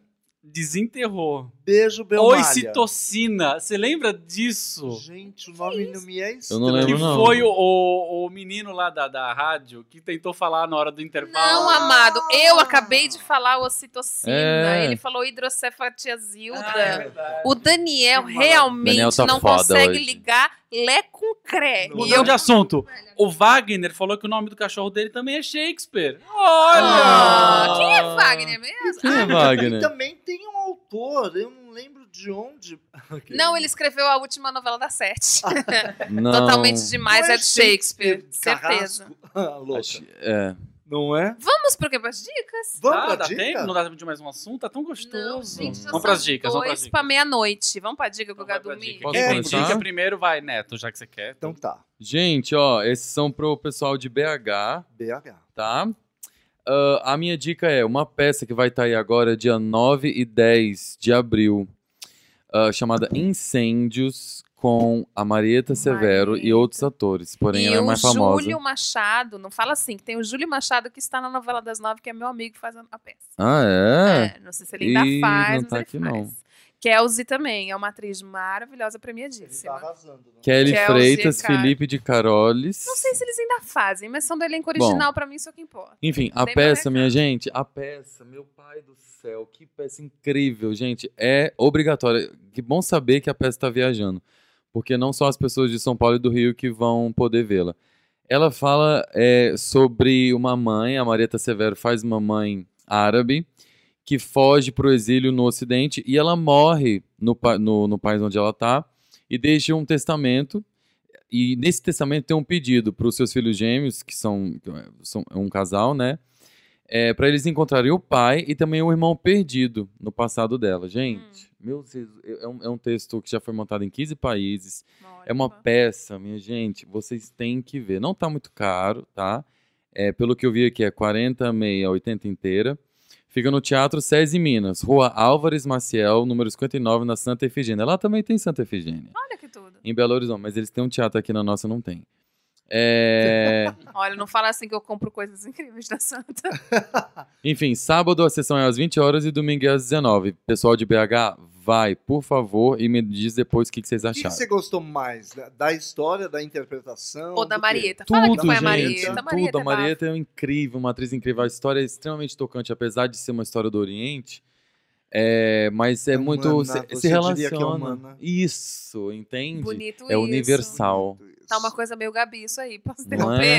A: desenterrou.
C: Beijo, Belmalha.
A: Oicitocina. Você lembra disso?
C: Gente, o nome não me é
B: Eu não lembro,
A: Que
C: estranho.
B: não.
A: foi o, o, o menino lá da, da rádio que tentou falar na hora do intervalo.
D: Não, amado, eu acabei de falar o ocitocina.
B: É.
D: Ele falou hidrocefatiazilda.
A: Ah, é verdade.
D: O Daniel
A: Que
D: realmente
B: Daniel tá
D: não
B: foda
D: consegue
B: hoje.
D: ligar Lé com Cré. E eu
A: Mudando de assunto. O Wagner falou que o nome do cachorro dele também é Shakespeare. Olha!
D: Ah, quem é Wagner mesmo?
B: Quem é
C: E
D: Então,
B: Wagner?
C: também tem um autor, eu não lembro de onde.
D: Não, ele escreveu a última novela da Sete.
A: Ah,
B: Não.
D: Totalmente demais
C: Não
D: é
C: é
D: de Shakespeare,
C: Shakespeare,
D: certeza.
C: Ah, louca.
B: Acho- É.
C: Não é?
D: Vamos pro que pras dicas?
C: Vamos
A: Ah,
C: pra
A: dá
C: dica?
A: tempo? Não dá tempo de mais um assunto? Tá tão gostoso.
D: Não, gente, já
A: vamos
D: são
A: pras dicas, vamos pras
D: dois
A: dicas.
D: pra meia-noite. Vamos pra dica que eu
A: Então vai
D: quero
A: pra
D: dormir?
A: dica. Posso
C: É,
A: é,
B: começar?
A: dica primeiro, vai, Neto, já que você quer.
C: Então tá,
B: Gente, ó, esses são pro pessoal de BH,
C: BH.
B: tá? Ah, a minha dica é uma peça que vai estar aí agora, dia 9 e 10 de abril, ah, chamada Incêndios, com a Marieta Severo e
D: Marieta.
B: outros atores, porém
D: e
B: ela é
D: o
B: mais famosa.
D: Júlio Machado, não fala assim, que tem o Júlio Machado que está na novela das nove, que é meu amigo que faz a a peça.
B: Ah, é?
D: É, não sei se ele ainda
B: Ih,
D: faz,
B: não tá
D: mas
B: aqui,
D: ele
B: não.
D: faz. Kelsey também, é uma atriz maravilhosa,
C: Ele tá
D: premiadíssima.
C: arrasando. né?
B: Kelly
D: Chelsea,
B: Freitas,
D: cara.
B: Felipe de Carolis.
D: Não sei se eles ainda fazem, mas são do elenco
B: Bom.
D: original, pra mim isso é o que importa.
B: Enfim, a
D: Tem pra
B: peça, minha gente, a peça, meu pai do céu, que peça incrível, gente. É obrigatória. Que bom saber que a peça está viajando. Porque não só as pessoas de São Paulo e do Rio que vão poder vê-la. Ela fala é, sobre uma mãe, a Marieta Severo faz uma mãe árabe, que foge para o exílio no Ocidente e ela morre no, pa- no, no país onde ela está e deixa um testamento e nesse testamento tem um pedido para os seus filhos gêmeos, que são, são é um casal, né? É, para eles encontrarem o pai e também o irmão perdido no passado dela. Gente, meu Deus, é um, é um texto que já foi montado em 15 países. É uma peça, minha gente, vocês têm que ver. Não tá muito caro, tá? É, pelo que eu vi aqui, é 40, meia, 80 inteira. Fica no Teatro SESI Minas, Rua Álvares Maciel, número 59, na Santa Efigênia. Lá também tem Santa Efigênia
D: Olha que tudo.
B: em Belo Horizonte, mas eles têm um teatro aqui na nossa, não tem. É,
D: Olha, não fala assim que eu compro coisas incríveis da Santa.
B: Enfim, sábado a sessão é às 20 horas e domingo é às 19. Pessoal de BH, vai, por favor, e me diz depois o que, que vocês
C: O que que
B: acharam.
C: você gostou mais? Da, da história, da interpretação?
D: Ou da
C: do quê?
D: Marieta. fala que
C: Tudo,
D: foi a
C: gente,
D: Marieta. A Marieta
B: tudo.
D: é
B: A Marieta é incrível, uma atriz incrível. A história é extremamente tocante, apesar de ser uma história do Oriente. É, mas é
C: É
B: muito.
C: humana,
B: Se, se
C: você diria que é
B: relaciona.
C: humana.
B: Isso, entende?
D: bafo. Bonito
B: é
D: isso.
B: universal.
D: Tá uma coisa meio Gabi, isso aí. Posso
B: Não é?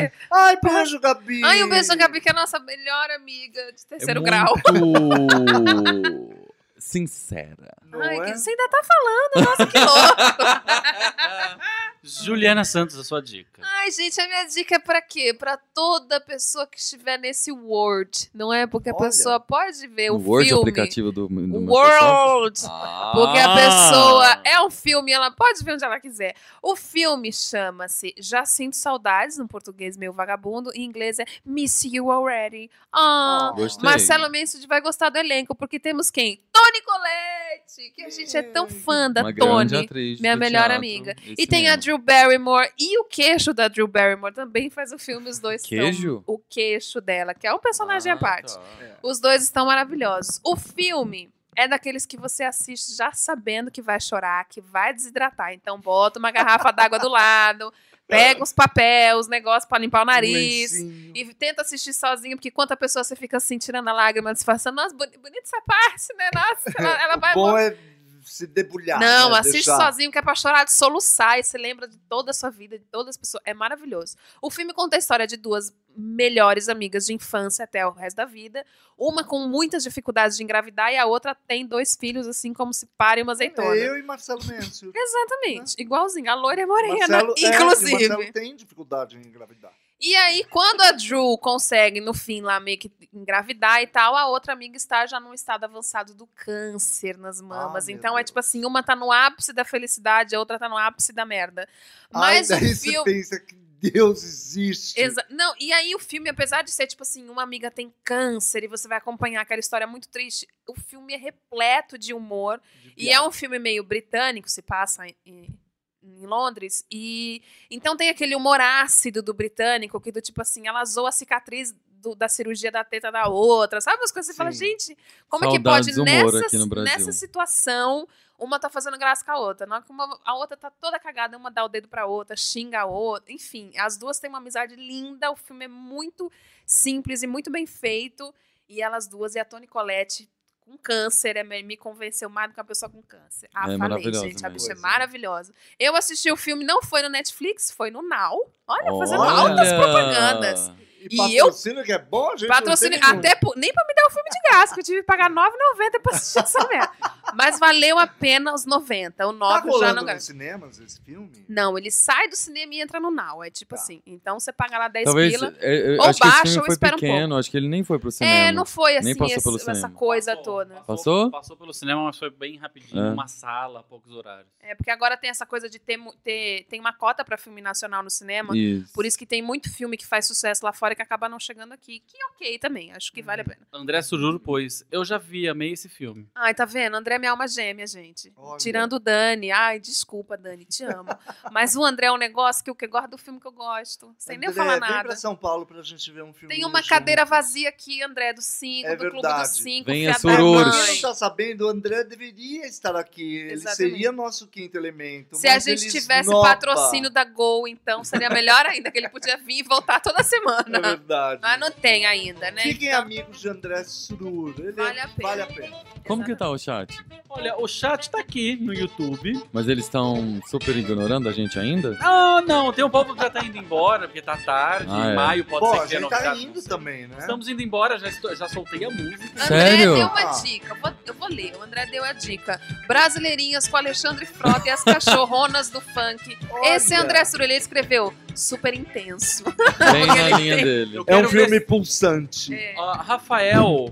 D: interromper?
C: Ai, beijo, Gabi!
D: Ai, um beijo na Gabi, que é a nossa melhor amiga
B: É
D: de terceiro grau.
B: Muito sincera.
C: Não
D: Ai,
C: é?
D: que você ainda tá falando, nossa, que louco.
A: Então, Juliana Santos, a sua dica.
D: Ai, gente, a minha dica é pra quê? Pra toda pessoa que estiver nesse Word, não é? Porque a
C: Olha.
D: pessoa pode ver
B: O
D: É o
B: Um Word, o
D: filme. Um
B: aplicativo do, do Microsoft?
D: World!
B: Ah.
D: Porque a pessoa é um filme, ela pode ver onde ela quiser. O filme chama-se Já Sinto Saudades, no português meio vagabundo, em inglês é Miss You Already. Ah,
B: Gostei.
D: Marcelo Mendes vai gostar do elenco, porque temos quem? Tony Colette, que a gente é tão fã da
B: Uma grande
D: Tony.
B: atriz
D: minha
B: do
D: melhor
B: teatro,
D: amiga.
B: isso
D: E tem a
B: mesmo.
D: Drew Barrymore e o queixo da Drew Barrymore também faz o filme, os dois estão-
B: Queijo?
D: O queixo dela, que é um personagem
B: Ah,
D: à parte.
B: tá.
D: Os dois estão maravilhosos. O filme é daqueles que você assiste já sabendo que vai chorar, que vai desidratar. Então bota uma garrafa d'água do lado, pega os papéis, os negócios pra limpar o
C: Um
D: nariz. E tenta assistir sozinho, porque quanto a pessoa você fica assim, tirando a lágrima, disfarçando. Nossa, boni- bonita essa parte, né? Nossa, ela, ela vai...
C: Bom é se debulhar.
D: Não,
C: né?
D: assiste
C: Deixar-
D: sozinho, que é pra chorar, de soluçar, e você lembra de toda a sua vida, de todas as pessoas. É maravilhoso. O filme conta a história de duas melhores amigas de infância até o resto da vida. Uma com muitas dificuldades de engravidar e a outra tem dois filhos, assim como se parem uma azeitona.
C: É eu e Marcelo Mencio.
D: Exatamente. Igualzinho. A loira é morena,
C: Marcelo, é,
D: inclusive.
C: Marcelo tem dificuldade em engravidar.
D: E aí, quando a Drew consegue, no fim, lá meio que engravidar e tal, a outra amiga está já num estado avançado do câncer nas mamas.
C: Ah, meu
D: então é
C: Deus.
D: tipo assim, uma tá no ápice da felicidade, a outra tá no ápice da merda. Mas
C: Ai, é
D: o
C: daí
D: filme.
C: você pensa que Deus existe.
D: Exa- Não, e aí o filme, apesar de ser tipo assim, uma amiga tem câncer e você vai acompanhar aquela história muito triste, o filme é repleto de humor. E é um filme meio britânico, se passa em, em- em Londres. E então tem aquele humor ácido do britânico, que do tipo assim, ela zoa a cicatriz do- da cirurgia da teta da outra. Sabe umas coisas que você fala,
C: Sim.
D: gente, como é
B: Saudades
D: que
B: do
D: pode
B: humor
D: nessa,
B: aqui no Brasil.
D: nessa situação uma tá fazendo graça com a outra? Na hora que uma- a outra tá toda cagada, uma dá o dedo pra outra, xinga a outra. Enfim, as duas têm uma amizade linda, o filme é muito simples e muito bem feito. E elas duas, e a Toni Collette com câncer, é, me me convenceu mais do que uma pessoa com câncer.
B: É
D: Ah, falei,
B: maravilhosa
D: gente, a
B: mesmo.
D: bicha é maravilhosa. Eu assisti o filme, não foi no Netflix, foi no Now. Olha, fazendo
B: Olha!
D: altas propagandas.
C: E
D: e
C: patrocínio que é bom, gente. não tem
D: Patrocínio,
C: nenhum.
D: até por- nem pra me dar o filme de graça, que eu tive que pagar R$ 9,90 pra assistir essa merda. Mas valeu a pena os 90. O
C: Tá
D: 9 eu já
C: rolando
D: não ganha.
C: nos cinemas esse filme?
D: Não, ele sai do cinema e entra no Now. É tipo
C: Tá.
D: assim. Então você paga lá 10
B: Talvez.
D: pila.
B: é, é,
D: Ou
B: acho que
D: baixa
B: esse
D: ou
B: filme foi
D: espera um
B: pequeno, acho que ele nem foi pro cinema.
D: É, não foi assim
B: Nem passou
D: esse-
B: pelo
D: essa
B: cinema.
C: Tá
D: coisa toda.
B: Passou?
A: Passou pelo cinema, mas foi bem rapidinho.
B: É.
A: Uma sala, poucos horários.
D: É, porque agora tem essa coisa de ter, mu- ter tem uma cota pra filme nacional no cinema.
B: Isso.
D: Por isso que tem muito filme que faz sucesso lá fora e que acaba não chegando aqui. Que é ok também, acho que vale
C: Uhum.
D: a pena.
A: André Sururu, pois, eu já vi, amei esse filme.
D: Ai, tá vendo? André é minha alma gêmea, gente.
C: Olha.
D: Tirando o Dani. Ai, desculpa, Dani, te amo. Mas o André é um negócio que eu que gosto do filme que eu gosto. Sem nem eu
C: André,
D: falar
C: Vem
D: nada.
C: pra São Paulo pra gente ver um filme.
D: Tem uma cadeira vazia aqui, André, do 5,
C: É
D: do Clube
C: verdade.
D: dos 5.
B: Venha,
C: Quem
B: Sururu.
C: não tá sabendo, o André deveria estar aqui. Ele
D: Exatamente.
C: seria nosso quinto elemento.
D: Se a
C: mas
D: gente
C: ele
D: tivesse
C: esnoba.
D: patrocínio da Gol, então seria melhor ainda, que ele podia vir e voltar toda
C: É
D: semana.
C: verdade.
D: Mas não tem ainda, né?
C: Fiquem
D: Então,
C: amigos de André Sururu. Ele é-
D: Vale a pena.
C: Vale a pena.
D: é
B: Como que tá o chat?
A: Olha, o chat tá aqui no YouTube.
B: Mas eles estão super ignorando a gente ainda?
A: Ah, não, tem um povo que já tá indo embora, porque tá tarde.
B: Ah, é.
A: Em maio pode
C: Bom,
A: ser
C: a
A: que tenha
C: gente tá
A: novidade.
C: indo também, né?
A: Estamos indo embora, já, estou- já soltei a música.
D: André
B: Sério?
D: deu uma
C: Ah.
D: dica, eu vou, eu vou ler. O André deu a dica. Brasileirinhas com Alexandre Frota e as cachorronas do funk. Esse é
C: Olha.
D: André Surelli, ele escreveu super intenso.
B: Bem na linha dele.
A: Eu
C: É um
A: quero ver
C: filme pulsante.
D: É.
A: Ah, Rafael,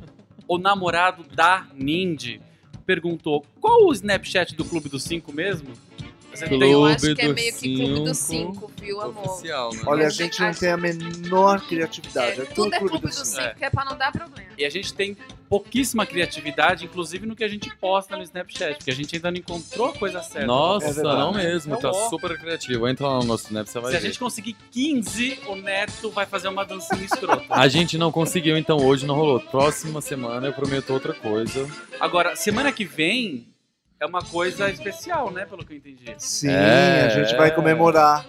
A: o namorado da Nindy, perguntou qual o Snapchat do Clube dos Cinco mesmo? Você
B: Clube
D: eu acho que é
B: do
D: meio que Clube dos
B: Cinco.
D: Cinco, É, viu, amor?
B: Oficial, né?
C: Olha, a
D: Mas
C: gente
D: tem-
C: não tem a menor criatividade.
D: É,
C: É,
D: tudo é Clube dos
C: Cinco.
D: Cinco, que é pra não dar problema.
A: E a gente tem pouquíssima criatividade, inclusive no que a gente posta no Snapchat, porque a gente ainda não encontrou a coisa certa.
C: É
B: Nossa,
C: verdade.
B: não mesmo, tá
A: Então, ó.
B: super criativo. Entra lá no nosso Snap, você vai
A: Se a
B: ver.
A: gente conseguir 15, o Neto vai fazer uma dancinha escrota.
B: A gente não conseguiu, então hoje não rolou. Próxima semana eu prometo outra coisa.
A: Agora, semana que vem é uma coisa especial, né? Pelo que eu entendi.
C: Sim,
B: É.
C: a gente vai comemorar.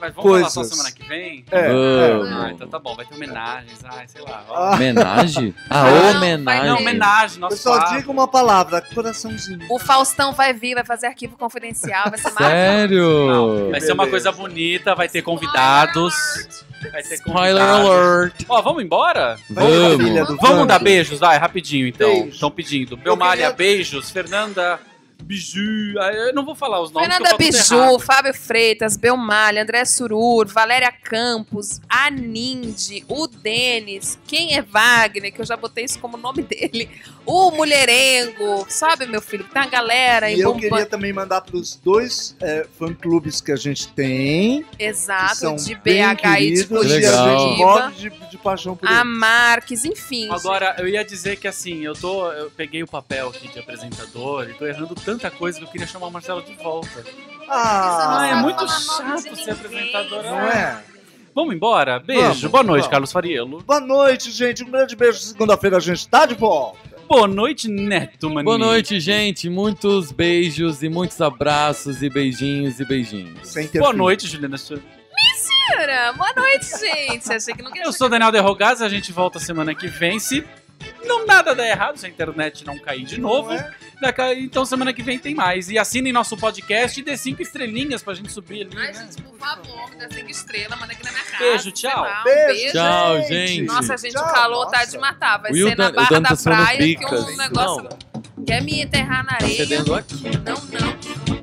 A: Mas vamos falar só
C: Coisas.
A: semana que vem?
C: É,
B: Vamos.
A: Ah, então tá bom, vai ter homenagens, ai, sei lá. ó.
C: Ah,
B: Homenagem? Ah,
D: Não,
B: homenagem.
A: Não, homenagem, nosso
C: eu só
A: quadro.
C: digo uma palavra, coraçãozinho.
D: O Faustão vai vir, vai fazer arquivo confidencial, vai ser maravilhoso.
B: Sério?
A: Vai ser uma coisa
C: beleza.
A: bonita, vai ter convidados. Vai ter convidados.
B: Spoiler alert.
A: Ó, vamos embora?
C: Vai pra
B: Vamos.
C: filha do
A: Vamos
C: Funk.
A: dar beijos? Vai, rapidinho então.
C: Beijo.
A: Estão pedindo. Belmalha,
C: queria-
A: beijos. Fernanda, Biju. ah, Eu não vou falar os nomes.
D: Fernanda
A: porque eu falo tudo
D: Biju,
A: errado.
D: Fábio Freitas, Belmalha, André Surur, Valéria Campos, a Ninde, o Denis, quem é Wagner, que eu já botei isso como nome dele, o Mulherengo, sabe, meu filho? Tem a galera em
C: E eu
D: Bomba.
C: queria também mandar para os dois é, fã-clubes que a gente tem. que
D: Exato,
C: são
D: Ah, de
C: bem
D: BH e de
C: queridos,
B: Curitiba.
C: E a gente
D: Curitiba. Ah,
C: morre de, de paixão por
D: A
C: eles.
D: Marques, enfim.
A: Agora, eu ia dizer que assim, eu tô. Eu peguei o papel aqui de apresentador e tô errando tanta coisa que eu queria chamar o Marcelo de volta. Ah, é
D: sabe
A: muito
D: falar
A: chato
D: nome de
A: ser
D: ninguém.
A: apresentador.
C: Não é?
A: Vamos embora? Beijo.
C: Vamos,
A: Boa noite,
C: vamos.
A: Carlos Fariello.
C: Boa noite, gente. Um grande beijo. Segunda-feira a gente tá de volta.
A: Boa noite, Neto Mani.
B: Boa noite, gente. Muitos beijos e muitos abraços e beijinhos e beijinhos.
C: Sem ter
A: Boa
C: fim.
A: noite, Juliana. Su-
D: Mentira! Boa noite, gente. Achei que não queria
A: Eu sou Daniel Derrogaz, a gente volta semana que vem. Se não nada der errado, se a internet não cair de novo.
C: Não é?
A: Daqui- Então semana que vem tem mais. E assinem nosso podcast e dê cinco estrelinhas pra gente subir ali.
D: Ai,
A: né?
D: gente, por favor, me dá cinco estrelas, manda aqui na minha casa.
A: Beijo,
D: sei
A: tchau.
D: lá, um
C: é? Beijo,
D: beijo.
B: Tchau, gente.
D: Nossa, gente,
C: Tchau,
D: o calor tá
C: nossa.
D: de matar. Vai
B: O
D: ser na
B: Dan- o
D: Barra
B: Dan
D: da
B: tá suando
D: Praia que
B: bicas.
D: um negócio quer me enterrar
A: Tá
D: na areia.
B: Fedendo
A: né?
B: aqui.
D: Não, não.